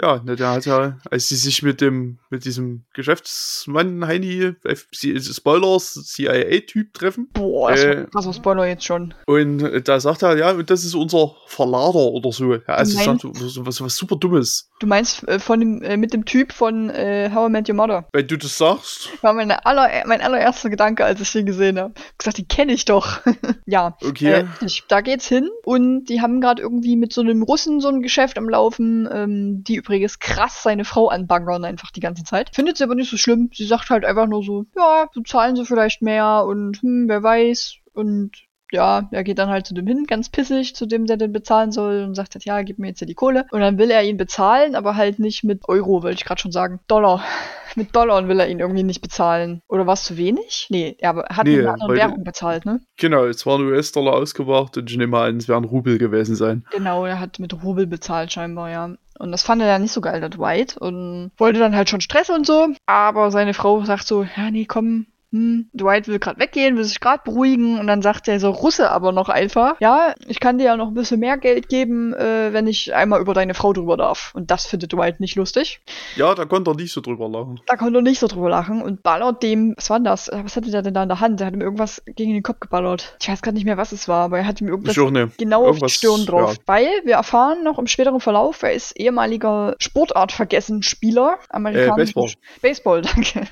Speaker 2: Ja, na, der hat ja, als sie sich mit dem, mit diesem Geschäftsmann Heini, F- C- Spoilers, CIA-Typ treffen.
Speaker 1: Boah, das war
Speaker 2: Äh.
Speaker 1: ein krasser Spoiler jetzt schon.
Speaker 2: Und äh, da sagt er, ja, und das ist unser Verlader oder so. Ja, also
Speaker 1: Nein.
Speaker 2: sagt so- so was, was super Dummes.
Speaker 1: Du meinst äh, von dem, äh, mit dem Typ von äh, How I Met Your Mother.
Speaker 2: Wenn du das sagst,
Speaker 1: War meine aller, mein allererster Gedanke, als ich den gesehen habe. gesagt, die kenne ich doch. <laughs> ja.
Speaker 2: okay.
Speaker 1: Äh, ich, da geht's hin und die haben gerade irgendwie mit so einem Russen so ein Geschäft am Laufen, ähm, die übrigens krass seine Frau anbangern einfach die ganze Zeit. Findet sie aber nicht so schlimm. Sie sagt halt einfach nur so, ja, so zahlen sie vielleicht mehr und hm, wer weiß und ja, er geht dann halt zu dem hin, ganz pissig, zu dem, der den bezahlen soll und sagt halt, ja, gib mir jetzt hier die Kohle. Und dann will er ihn bezahlen, aber halt nicht mit Euro, wollte ich gerade schon sagen. Dollar. <laughs> Mit Dollar will er ihn irgendwie nicht bezahlen. Oder war es zu wenig? Nee, er hat
Speaker 2: Nee,
Speaker 1: mit einer anderen
Speaker 2: weil-
Speaker 1: Währung bezahlt, ne?
Speaker 2: Genau, es waren US-Dollar ausgebracht und ich nehme mal an, es wären Rubel gewesen sein.
Speaker 1: Genau, er hat mit Rubel bezahlt scheinbar, ja. Und das fand er dann nicht so geil, der Dwight. Und wollte dann halt schon Stress und so. Aber seine Frau sagt so, ja, nee, komm. Hm, Dwight will gerade weggehen, will sich gerade beruhigen und dann sagt der so Russe aber noch einfach, ja, ich kann dir ja noch ein bisschen mehr Geld geben, äh, wenn ich einmal über deine Frau drüber darf. Und das findet Dwight nicht lustig.
Speaker 2: Ja, da konnte er nicht so drüber lachen.
Speaker 1: Da konnte er nicht so drüber lachen und ballert dem, was war denn das? Was hatte der denn da in der Hand? Der hat ihm irgendwas gegen den Kopf geballert. Ich weiß gerade nicht mehr, was es war, aber er hat ihm irgendwas
Speaker 2: Ich auch ne.
Speaker 1: genau auf die
Speaker 2: Irgendwas,
Speaker 1: Stirn drauf.
Speaker 2: ja.
Speaker 1: Weil wir erfahren noch im späteren Verlauf, er ist ehemaliger Sportart-Vergessen-Spieler.
Speaker 2: Äh,
Speaker 1: amerikanischer-
Speaker 2: Baseball.
Speaker 1: Baseball, <laughs> danke.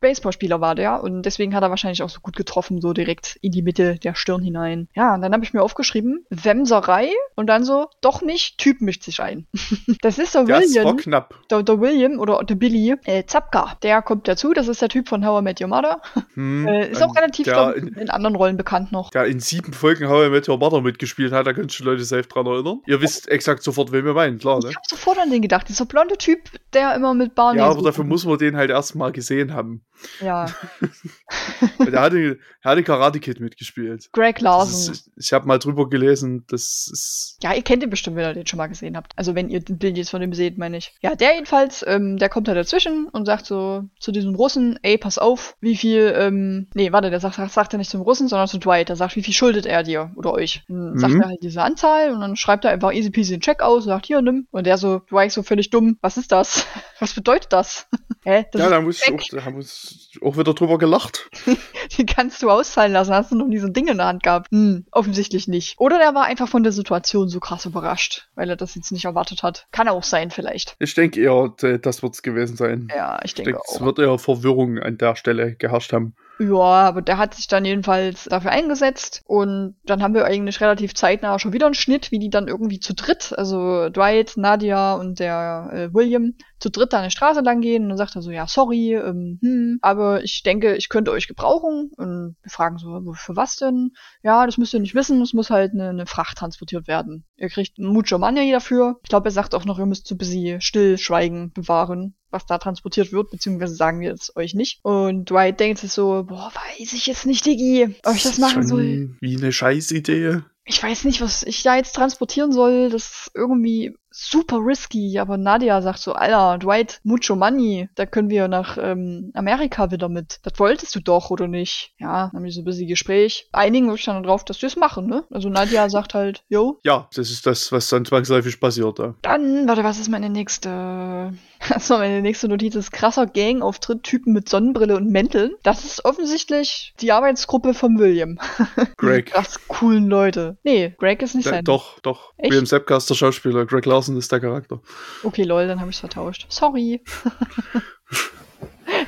Speaker 1: Baseballspieler war der und deswegen hat er wahrscheinlich auch so gut getroffen, so direkt in die Mitte der Stirn hinein. Ja, und dann habe ich mir aufgeschrieben, Wemserei und dann so, doch nicht, Typ mischt sich ein. <laughs> das ist der
Speaker 2: Das war
Speaker 1: William,
Speaker 2: knapp.
Speaker 1: der, der William oder der Billy äh, Zapka. Der kommt dazu, das ist der Typ von How I Met Your Mother.
Speaker 2: Hm,
Speaker 1: Äh, ist auch
Speaker 2: ähm,
Speaker 1: relativ
Speaker 2: der,
Speaker 1: glaub ich, in anderen Rollen bekannt noch.
Speaker 2: der in sieben Folgen How I Met Your Mother mitgespielt hat, da könnt ihr Leute safe dran erinnern. Ihr wisst exakt sofort, wen wir meinen, klar, ne?
Speaker 1: Ich hab sofort an den gedacht. Dieser blonde Typ, der immer mit Barney.
Speaker 2: Ja,
Speaker 1: so-
Speaker 2: aber dafür muss man den halt erstmal gesehen haben.
Speaker 1: Ja,
Speaker 2: Weil Der hatte, der hatte Karate
Speaker 1: <laughs>
Speaker 2: Kid mitgespielt.
Speaker 1: Greg
Speaker 2: Das
Speaker 1: Larson.
Speaker 2: ist, ich habe mal drüber gelesen, das ist.
Speaker 1: Ja, ihr kennt ihn bestimmt, wenn ihr den schon mal gesehen habt. Also wenn ihr den Bild jetzt von dem seht, meine ich. Ja, der jedenfalls, ähm, der kommt da dazwischen und sagt so zu diesem Russen, ey, pass auf, wie viel, ähm, nee, warte, der sagt, sagt er nicht zum Russen, sondern zu Dwight. Der sagt, wie viel schuldet er dir oder euch? Dann sagt
Speaker 2: Mhm.
Speaker 1: er halt diese Anzahl und dann schreibt er einfach easy peasy einen Check aus, sagt, hier, nimm. Und der <laughs> so, Dwight so völlig dumm, was ist das? <laughs> Was bedeutet das? Hä? Das
Speaker 2: ja,
Speaker 1: ist
Speaker 2: da muss ich
Speaker 1: weg.
Speaker 2: auch, da muss, auch wieder drüber gelacht.
Speaker 1: <laughs> Die kannst du auszahlen lassen. Hast du noch nie so ein Ding in der Hand gehabt? Hm, offensichtlich nicht. Oder der war einfach von der Situation so krass überrascht, weil er das jetzt nicht erwartet hat. Kann auch sein, vielleicht.
Speaker 2: Ich denke eher, d- das wird's gewesen sein.
Speaker 1: Ja, ich
Speaker 2: ich
Speaker 1: denke
Speaker 2: denke, es
Speaker 1: auch.
Speaker 2: wird eher Verwirrung an der Stelle geherrscht haben.
Speaker 1: Ja, aber der hat sich dann jedenfalls dafür eingesetzt. Und dann haben wir eigentlich relativ zeitnah schon wieder einen Schnitt, wie die dann irgendwie zu dritt, also Dwight, Nadia und der äh, William, zu dritt da eine Straße lang gehen. Und dann sagt er so, ja, sorry, ähm, hm, aber ich denke, ich könnte euch gebrauchen. Und wir fragen so, "Wo- für was denn? Ja, das müsst ihr nicht wissen, es muss halt eine, eine Fracht transportiert werden. Ihr kriegt mucho money dafür. Ich glaube, er sagt auch noch, ihr müsst so ein bisschen Stillschweigen bewahren, was da transportiert wird, beziehungsweise sagen wir es euch nicht. Und Dwight denkt sich so, boah, weiß ich jetzt nicht, Diggi, ob ich das machen
Speaker 2: Schon
Speaker 1: soll.
Speaker 2: Wie eine Scheißidee.
Speaker 1: Ich weiß nicht, was ich da jetzt transportieren soll. Das ist irgendwie super risky. Aber Nadia sagt so, Alter, Dwight, mucho money. Da können wir nach ähm, Amerika wieder mit. Das wolltest du doch, oder nicht? Ja, dann haben die so ein bisschen Gespräch. Einigen wir uns dann drauf, dass wir es machen, ne? Also
Speaker 2: <laughs>
Speaker 1: Nadia sagt halt, yo.
Speaker 2: Ja, das ist das, was dann zwangsläufig passiert. Ja.
Speaker 1: Dann, warte, was ist meine nächste? <laughs> Achso, meine nächste Notiz ist krasser Gangauftritt, Typen mit Sonnenbrille und Mänteln. Das ist offensichtlich die Arbeitsgruppe von William.
Speaker 2: Greg.
Speaker 1: Krass coolen Leute. Nee, Greg ist nicht
Speaker 2: Da,
Speaker 1: sein.
Speaker 2: doch, doch.
Speaker 1: Echt?
Speaker 2: William Seppka ist der Schauspieler, Greg Larson ist der Charakter.
Speaker 1: Okay, lol, dann habe ich vertauscht. Sorry.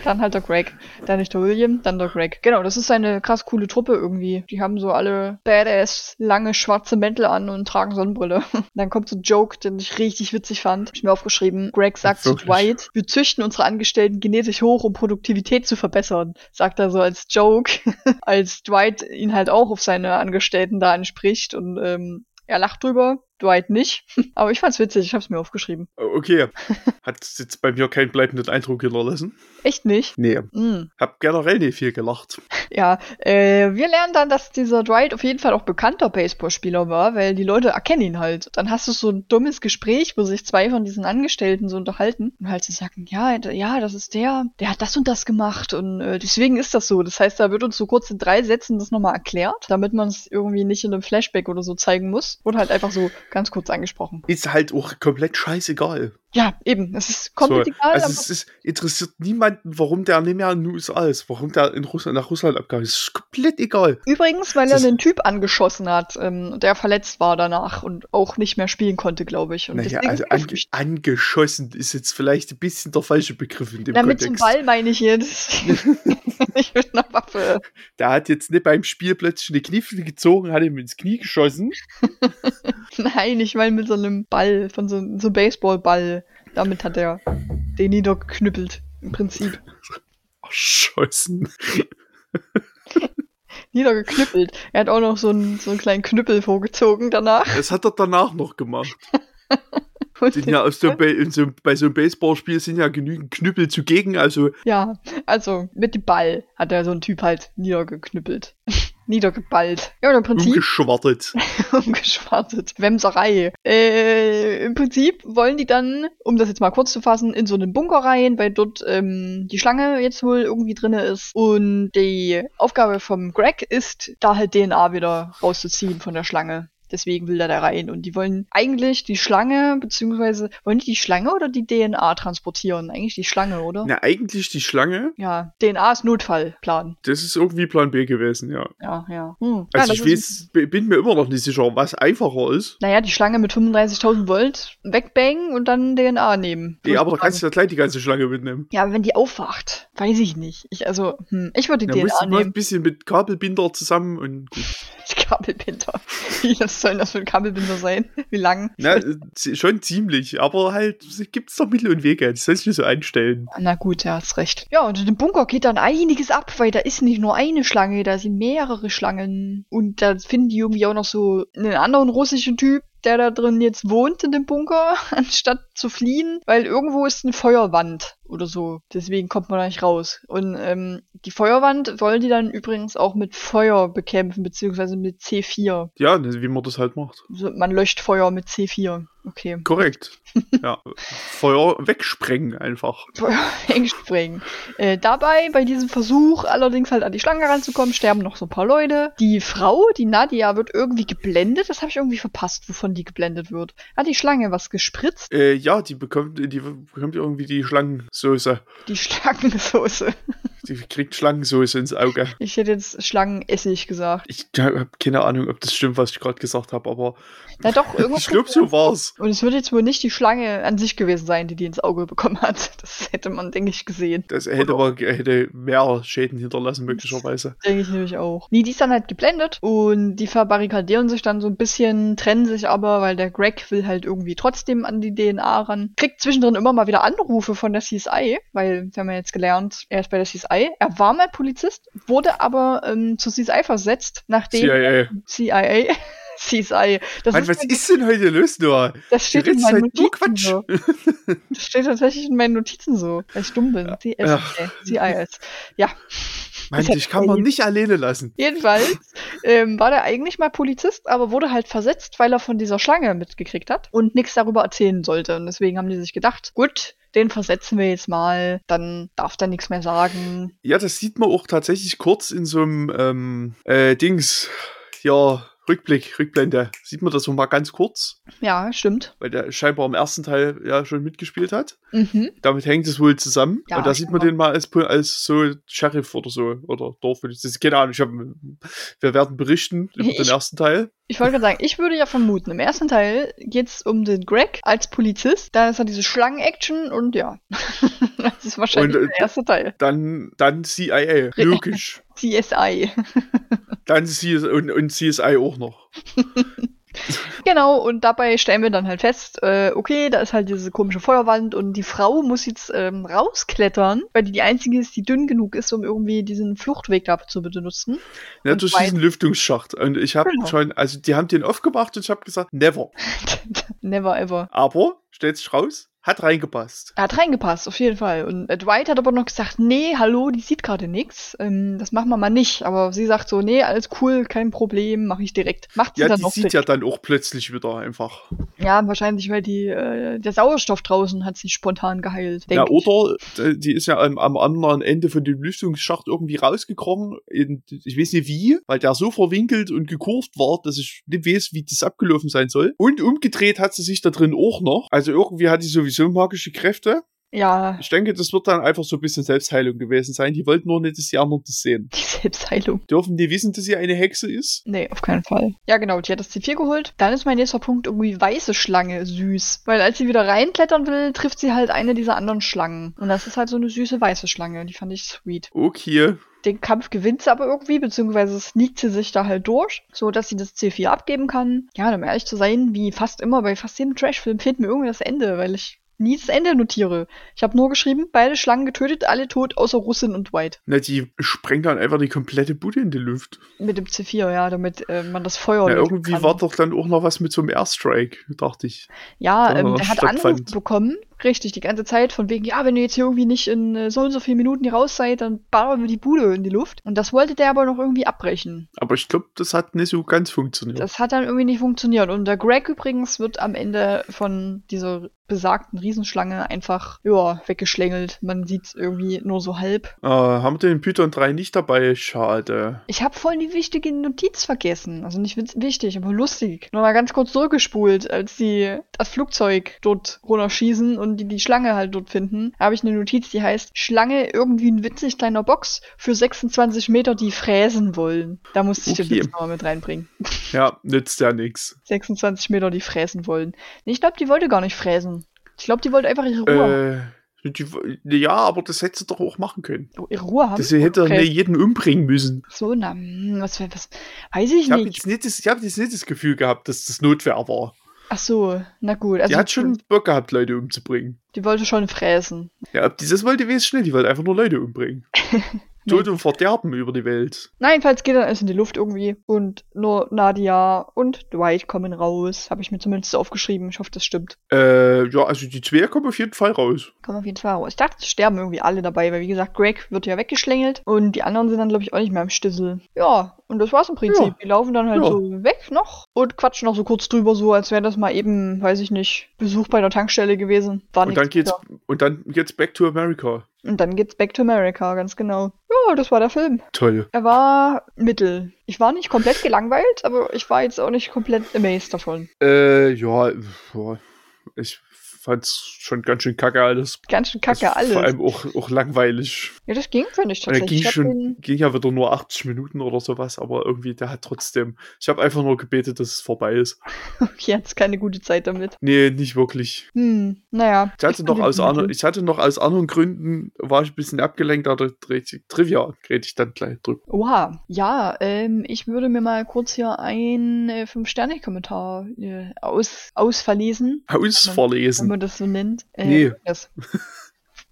Speaker 1: dann halt der Greg. Dann nicht der William, dann der Greg. Genau, das ist eine krass coole Truppe irgendwie. Die haben so alle badass lange schwarze Mäntel an und tragen Sonnenbrille. <laughs> dann kommt so ein Joke, den ich richtig witzig fand. Hab ich mir aufgeschrieben. Greg sagt zu
Speaker 2: Wirklich?
Speaker 1: Dwight, wir züchten unsere Angestellten genetisch hoch, um Produktivität zu verbessern. Sagt er so als Joke. <laughs> als Dwight ihn halt auch auf seine Angestellten da anspricht und ähm, er lacht drüber. Dwight nicht. <laughs> Aber ich fand's witzig, ich hab's mir aufgeschrieben. <laughs>
Speaker 2: Okay. Hat jetzt bei mir keinen bleibenden Eindruck hinterlassen?
Speaker 1: Echt nicht?
Speaker 2: Nee.
Speaker 1: Mm.
Speaker 2: Hab generell nicht viel gelacht.
Speaker 1: Ja, äh, wir lernen dann, dass dieser Dwight auf jeden Fall auch bekannter Baseballspieler war, weil die Leute erkennen ihn halt. Dann hast du so ein dummes Gespräch, wo sich zwei von diesen Angestellten so unterhalten und halt sie sagen, ja, d- ja, das ist der, der hat das und das gemacht und äh, deswegen ist das so. Das heißt, da wird uns so kurz in drei Sätzen das nochmal erklärt, damit man es irgendwie nicht in einem Flashback oder so zeigen muss. Wurde halt einfach so ganz kurz angesprochen.
Speaker 2: Ist halt auch komplett scheißegal.
Speaker 1: Ja, eben, es ist komplett
Speaker 2: so,
Speaker 1: egal.
Speaker 2: also
Speaker 1: aber-
Speaker 2: es ist, interessiert niemanden, warum der nicht mehr in den USA ist, warum der in Russland, nach Russland abgehauen ist. Ist komplett egal.
Speaker 1: Übrigens, weil er
Speaker 2: Das ist-
Speaker 1: einen Typ angeschossen hat, ähm, der verletzt war danach und auch nicht mehr spielen konnte, glaube ich. Und
Speaker 2: Naja,
Speaker 1: deswegen ist
Speaker 2: also
Speaker 1: er
Speaker 2: ange
Speaker 1: geflüchtet.
Speaker 2: angeschossen ist jetzt vielleicht ein bisschen der falsche Begriff in dem
Speaker 1: Na, mit dem
Speaker 2: Kontext.
Speaker 1: Ball meine ich jetzt.
Speaker 2: <laughs>
Speaker 1: nicht mit einer Waffe.
Speaker 2: Der hat jetzt nicht beim Spiel plötzlich eine Kniffel gezogen, hat ihm ins Knie geschossen.
Speaker 1: Nein, ich meine mit so einem Ball, von so, so einem Baseballball. Damit hat er den niedergeknüppelt, im Prinzip.
Speaker 2: Erschossen.
Speaker 1: Niedergeknüppelt. Er hat auch noch so einen, so einen kleinen Knüppel vorgezogen danach.
Speaker 2: Das hat er danach noch gemacht.
Speaker 1: Und
Speaker 2: Sind ja aus so, einem Ba- in so, einem- bei so einem Baseballspiel sind ja genügend Knüppel zugegen, also
Speaker 1: Ja, also mit dem Ball hat er so einen Typ halt niedergeknüppelt. <laughs> Niedergeballt. Ja, und im Prinzip
Speaker 2: umgeschwartet.
Speaker 1: <laughs> umgeschwartet. Wemserei. Äh, Im Prinzip wollen die dann, um das jetzt mal kurz zu fassen, in so einen Bunker rein, weil dort ähm, die Schlange jetzt wohl irgendwie drinne ist. Und die Aufgabe vom Greg ist, da halt DNA wieder rauszuziehen von der Schlange. Deswegen will er da rein. Und die wollen eigentlich die Schlange, beziehungsweise wollen die die Schlange oder die DNA transportieren? Eigentlich die Schlange, oder?
Speaker 2: Na, eigentlich die Schlange,
Speaker 1: Ja, DNA ist Notfallplan.
Speaker 2: das ist irgendwie Plan B gewesen, ja.
Speaker 1: Ja, ja. Hm. ja,
Speaker 2: Also
Speaker 1: das
Speaker 2: ich
Speaker 1: ist-
Speaker 2: weiß, b- bin mir immer noch nicht sicher, was einfacher ist.
Speaker 1: Naja, die Schlange mit 35.000 Volt wegbangen und dann DNA nehmen.
Speaker 2: Ja, aber da kannst du ja gleich die ganze Schlange mitnehmen.
Speaker 1: ja, aber wenn die aufwacht, weiß ich nicht. Ich, also, hm, ich würde die
Speaker 2: Da musst
Speaker 1: DNA
Speaker 2: du mal ein
Speaker 1: nehmen. <laughs>
Speaker 2: bisschen mit Kabelbinder zusammen und gut.
Speaker 1: Kabelbinder. Wie das soll das für ein Kabelbinder sein? Wie lang? <laughs>
Speaker 2: Na, äh, z- schon ziemlich, aber halt gibt's doch Mittel und Wege, das sollst du nicht so einstellen.
Speaker 1: Na gut, ja, hast recht. Ja, und in dem Bunker geht dann einiges ab, weil da ist nicht nur eine Schlange, da sind mehrere Schlangen. Und da finden die irgendwie auch noch so einen anderen russischen Typ, der da drin jetzt wohnt in dem Bunker, <laughs> anstatt zu fliehen, weil irgendwo ist eine Feuerwand oder so. Deswegen kommt man da nicht raus. Und ähm, die Feuerwand wollen die dann übrigens auch mit Feuer bekämpfen, beziehungsweise mit C4.
Speaker 2: Ja, ne, wie man das halt macht.
Speaker 1: Also man löscht Feuer mit C4. Okay. <laughs>
Speaker 2: Korrekt. ja. Feuer wegsprengen einfach.
Speaker 1: Engspringen. Äh, dabei, bei diesem Versuch allerdings halt an die Schlange ranzukommen, sterben noch so ein paar Leute. Die Frau, die Nadia, wird irgendwie geblendet. Das habe ich irgendwie verpasst, wovon die geblendet wird. Hat die Schlange was gespritzt?
Speaker 2: Äh, ja, die bekommt, die bekommt irgendwie die Schlangensoße.
Speaker 1: Die <laughs> Schlangensoße.
Speaker 2: Die kriegt Schlangensoße ins Auge.
Speaker 1: Ich hätte jetzt Schlangenessig gesagt.
Speaker 2: Ich habe keine Ahnung, ob das stimmt, was ich gerade gesagt habe, aber
Speaker 1: Na doch, irgendwas.
Speaker 2: ich glaube, so war's.
Speaker 1: Und es wird jetzt wohl nicht die Schlange an sich gewesen sein, die die ins Auge bekommen hat. Das hätte man, denke ich, gesehen.
Speaker 2: Das hätte aber hätte mehr Schäden
Speaker 1: Hm.
Speaker 2: hinterlassen, möglicherweise.
Speaker 1: Denke ich nämlich auch. Nee, die ist dann halt geblendet und die verbarrikadieren sich dann so ein bisschen, trennen sich aber, weil der Greg will halt irgendwie trotzdem an die DNA ran. Kriegt zwischendrin immer mal wieder Anrufe von der CSI, weil wir haben ja jetzt gelernt, er ist bei der CSI. Er war mal Polizist, wurde aber ähm, zur CSI versetzt, nachdem
Speaker 2: CIA.
Speaker 1: <laughs> CIA. CSI. Das,
Speaker 2: Mann,
Speaker 1: ist
Speaker 2: was
Speaker 1: mein-
Speaker 2: ist denn heute los, Noah?
Speaker 1: das steht
Speaker 2: du
Speaker 1: in
Speaker 2: redest
Speaker 1: meinen
Speaker 2: halt nur
Speaker 1: Notizen so. Das steht tatsächlich in meinen Notizen so, weil ich dumm bin. CS,
Speaker 2: Ach.
Speaker 1: äh, CIS. Ja.
Speaker 2: Mann,
Speaker 1: Ist ja
Speaker 2: ich kann man nicht alleine lassen.
Speaker 1: Jedenfalls ähm, war der eigentlich mal Polizist, aber wurde halt versetzt, weil er von dieser Schlange mitgekriegt hat und nichts darüber erzählen sollte. Und deswegen haben die sich gedacht, gut, den versetzen wir jetzt mal, dann darf der nichts mehr sagen.
Speaker 2: Ja, das sieht man auch tatsächlich kurz in so einem ähm, äh, Dings. Ja, Rückblick, Rückblende. Sieht man das so mal ganz kurz,
Speaker 1: Ja, stimmt.
Speaker 2: weil der scheinbar im ersten Teil ja schon mitgespielt hat.
Speaker 1: Mhm.
Speaker 2: Damit hängt es wohl zusammen.
Speaker 1: Ja, genau.
Speaker 2: und da
Speaker 1: ich
Speaker 2: sieht man
Speaker 1: glaube.
Speaker 2: den mal als, Pol- als so Sheriff oder so. Oder Dorfpolizist. Keine Ahnung. Ich hab, wir werden berichten über
Speaker 1: Ich-
Speaker 2: den ersten Teil.
Speaker 1: Ich wollte gerade sagen, ich würde ja vermuten, im ersten Teil geht's um den Greg als Polizist, da ist ja diese Schlangen-Action und ja. <laughs> das ist wahrscheinlich
Speaker 2: Und, äh,
Speaker 1: der erste Teil.
Speaker 2: Dann,
Speaker 1: <laughs>
Speaker 2: dann CIA. Logisch.
Speaker 1: CSI.
Speaker 2: dann CSI und, und CSI auch noch.
Speaker 1: Genau, und dabei stellen wir dann halt fest, äh, okay, da ist halt diese komische Feuerwand und die Frau muss jetzt ähm, rausklettern, weil die die einzige ist, die dünn genug ist, um irgendwie diesen Fluchtweg da zu benutzen. <laughs>
Speaker 2: Ja,
Speaker 1: Und
Speaker 2: durch
Speaker 1: weit-
Speaker 2: diesen Lüftungsschacht. Und ich habe
Speaker 1: Genau.
Speaker 2: schon, also die haben den aufgemacht und ich habe gesagt, never.
Speaker 1: Never ever.
Speaker 2: Aber, stellt sich raus, hat reingepasst.
Speaker 1: Er hat reingepasst, auf jeden Fall. Und äh, Dwight hat aber noch gesagt, nee, hallo, die sieht gerade nichts. Ähm, das machen wir mal nicht. Aber sie sagt so, nee, alles cool, kein Problem, mache ich direkt. Macht sie
Speaker 2: Ja,
Speaker 1: dann
Speaker 2: die
Speaker 1: auch
Speaker 2: sieht
Speaker 1: direkt.
Speaker 2: ja dann auch plötzlich wieder einfach.
Speaker 1: Ja, wahrscheinlich, weil die, äh, der Sauerstoff draußen hat sich spontan geheilt.
Speaker 2: Ja,
Speaker 1: denk ich.
Speaker 2: oder äh, die ist ja am, am anderen Ende von dem Lüftungsschacht irgendwie rausgekrochen. In, ich weiß nicht wie, weil der so verwinkelt und gekurvt war, dass ich nicht weiß, wie das abgelaufen sein soll. Und umgedreht hat sie sich da drin auch noch. Also irgendwie hat die sowieso magische Kräfte.
Speaker 1: Ja, <laughs>
Speaker 2: Ich denke, das wird dann einfach so ein bisschen Selbstheilung gewesen sein. Die wollten nur nicht, dass die anderen das sehen.
Speaker 1: die Selbstheilung.
Speaker 2: Dürfen die wissen, dass sie eine Hexe ist?
Speaker 1: Nee, auf keinen Fall. Ja, genau, die hat das C4 geholt. Dann ist mein nächster Punkt irgendwie weiße Schlange süß. Weil als sie wieder reinklettern will, trifft sie halt eine dieser anderen Schlangen. Und das ist halt so eine süße weiße Schlange. Die fand ich sweet.
Speaker 2: Okay.
Speaker 1: Den Kampf gewinnt sie aber irgendwie, beziehungsweise sneakt sie sich da halt durch, so dass sie das C4 abgeben kann. Ja, und um ehrlich zu sein, wie fast immer bei fast jedem Trashfilm fehlt mir irgendwie das Ende, weil ich nie das Ende notiere. Ich habe nur geschrieben, beide Schlangen getötet, alle tot, außer Russin und White.
Speaker 2: Na, die sprengt dann einfach die komplette Bude in die Luft.
Speaker 1: Mit dem C4, ja, damit äh, man das Feuer
Speaker 2: Na,
Speaker 1: löschen
Speaker 2: irgendwie
Speaker 1: kann.
Speaker 2: war doch dann auch noch was mit so einem Airstrike, dachte ich.
Speaker 1: Ja,
Speaker 2: Sondern
Speaker 1: ähm,
Speaker 2: was
Speaker 1: der hat
Speaker 2: stattfand.
Speaker 1: Anruf bekommen, richtig, die ganze Zeit, von wegen, ja, wenn ihr jetzt hier irgendwie nicht in äh, so und so vielen Minuten hier raus seid, dann ballern wir die Bude in die Luft. Und das wollte der aber noch irgendwie abbrechen.
Speaker 2: Aber ich glaube, das hat nicht so ganz funktioniert.
Speaker 1: Das hat dann irgendwie nicht funktioniert. Und der Greg übrigens wird am Ende von dieser besagten Riesenschlange einfach, ja, weggeschlängelt. Man sieht's irgendwie nur so halb.
Speaker 2: äh, haben wir den Python 3 nicht dabei? Schade.
Speaker 1: Ich habe voll die wichtige Notiz vergessen. Also nicht witz- wichtig, aber lustig. Nochmal ganz kurz zurückgespult, als sie das Flugzeug dort runterschießen und die, die Schlange halt dort finden, habe ich eine Notiz, die heißt Schlange irgendwie ein winzig kleiner Box für 26 Meter, die fräsen wollen. Da musste ich
Speaker 2: Okay.
Speaker 1: den Witz nochmal mit reinbringen.
Speaker 2: Ja, nützt ja nix.
Speaker 1: 26 Meter, die fräsen wollen. Nee, ich glaube, die wollte gar nicht fräsen. Ich glaube, die wollte einfach ihre Ruhe,
Speaker 2: Äh, die, ja, aber das hätte sie doch auch machen können.
Speaker 1: Oh, ihre Ruhe haben.
Speaker 2: Das hätte
Speaker 1: Okay.
Speaker 2: okay. jeden umbringen müssen.
Speaker 1: So, na, hm, was, was, weiß ich
Speaker 2: Ich habe
Speaker 1: nicht.
Speaker 2: jetzt, nicht das- ich hab jetzt nicht das Gefühl gehabt, dass das Notwehr war.
Speaker 1: Ach so, na gut. Also
Speaker 2: die hat schon Bock gehabt, Leute umzubringen.
Speaker 1: die wollte schon fräsen.
Speaker 2: Ja, ob die das wollte, weiß ich nicht. Die wollte einfach nur Leute
Speaker 1: <laughs>
Speaker 2: umbringen. Tod und Verderben über die Welt.
Speaker 1: Na, jedenfalls geht dann alles in die Luft irgendwie. Und nur Nadia und Dwight kommen raus. Habe ich mir zumindest so aufgeschrieben. Ich hoffe, das stimmt.
Speaker 2: Äh, ja, also die Zwerge kommen auf jeden Fall raus.
Speaker 1: Kommen auf jeden Fall raus. Ich dachte, es sterben irgendwie alle dabei, weil wie gesagt, Greg wird ja weggeschlängelt und die anderen sind dann, glaube ich, auch nicht mehr im Stissel. Ja, und das war's im Prinzip.
Speaker 2: Ja.
Speaker 1: Die laufen dann halt
Speaker 2: Ja.
Speaker 1: so weg noch und quatschen noch so kurz drüber, so als wäre das mal eben, weiß ich nicht, Besuch bei einer Tankstelle gewesen. War
Speaker 2: Und
Speaker 1: nichts
Speaker 2: dann geht's,
Speaker 1: weiter.
Speaker 2: und dann geht's back to America.
Speaker 1: und dann geht's back to America, ganz genau. Ja, das war der Film.
Speaker 2: Toll.
Speaker 1: Er war mittel. Ich war nicht komplett gelangweilt, aber ich war jetzt auch nicht komplett amazed davon.
Speaker 2: Äh, ja, pf, ja, Äh, ich fand's schon ganz schön kacke alles.
Speaker 1: Ganz schön kacke
Speaker 2: Also Vor
Speaker 1: alles.
Speaker 2: allem auch, auch langweilig.
Speaker 1: Ja, das ging, finde ich
Speaker 2: Er
Speaker 1: tatsächlich.
Speaker 2: ging
Speaker 1: Ich hab
Speaker 2: schon,
Speaker 1: den- <laughs>
Speaker 2: ging ja wieder nur 80 Minuten oder sowas, aber irgendwie, der hat trotzdem. Ich habe einfach nur gebetet, dass es vorbei ist.
Speaker 1: Ich hatte keine gute Zeit damit.
Speaker 2: Nee, nicht wirklich.
Speaker 1: Hm, naja.
Speaker 2: Ich hatte,
Speaker 1: fand
Speaker 2: noch
Speaker 1: den
Speaker 2: aus
Speaker 1: gut.
Speaker 2: anderen, ich hatte noch aus anderen Gründen, war ich ein bisschen abgelenkt, aber Tri- Trivia rede ich dann gleich drüber.
Speaker 1: Oha, ja, ähm, ich würde mir mal kurz hier einen äh, 5-Sterne-Kommentar äh, aus, ausverlesen,
Speaker 2: Haus
Speaker 1: Kann man- wenn
Speaker 2: vorlesen.
Speaker 1: man das so nennt. Äh,
Speaker 2: Nee.
Speaker 1: das.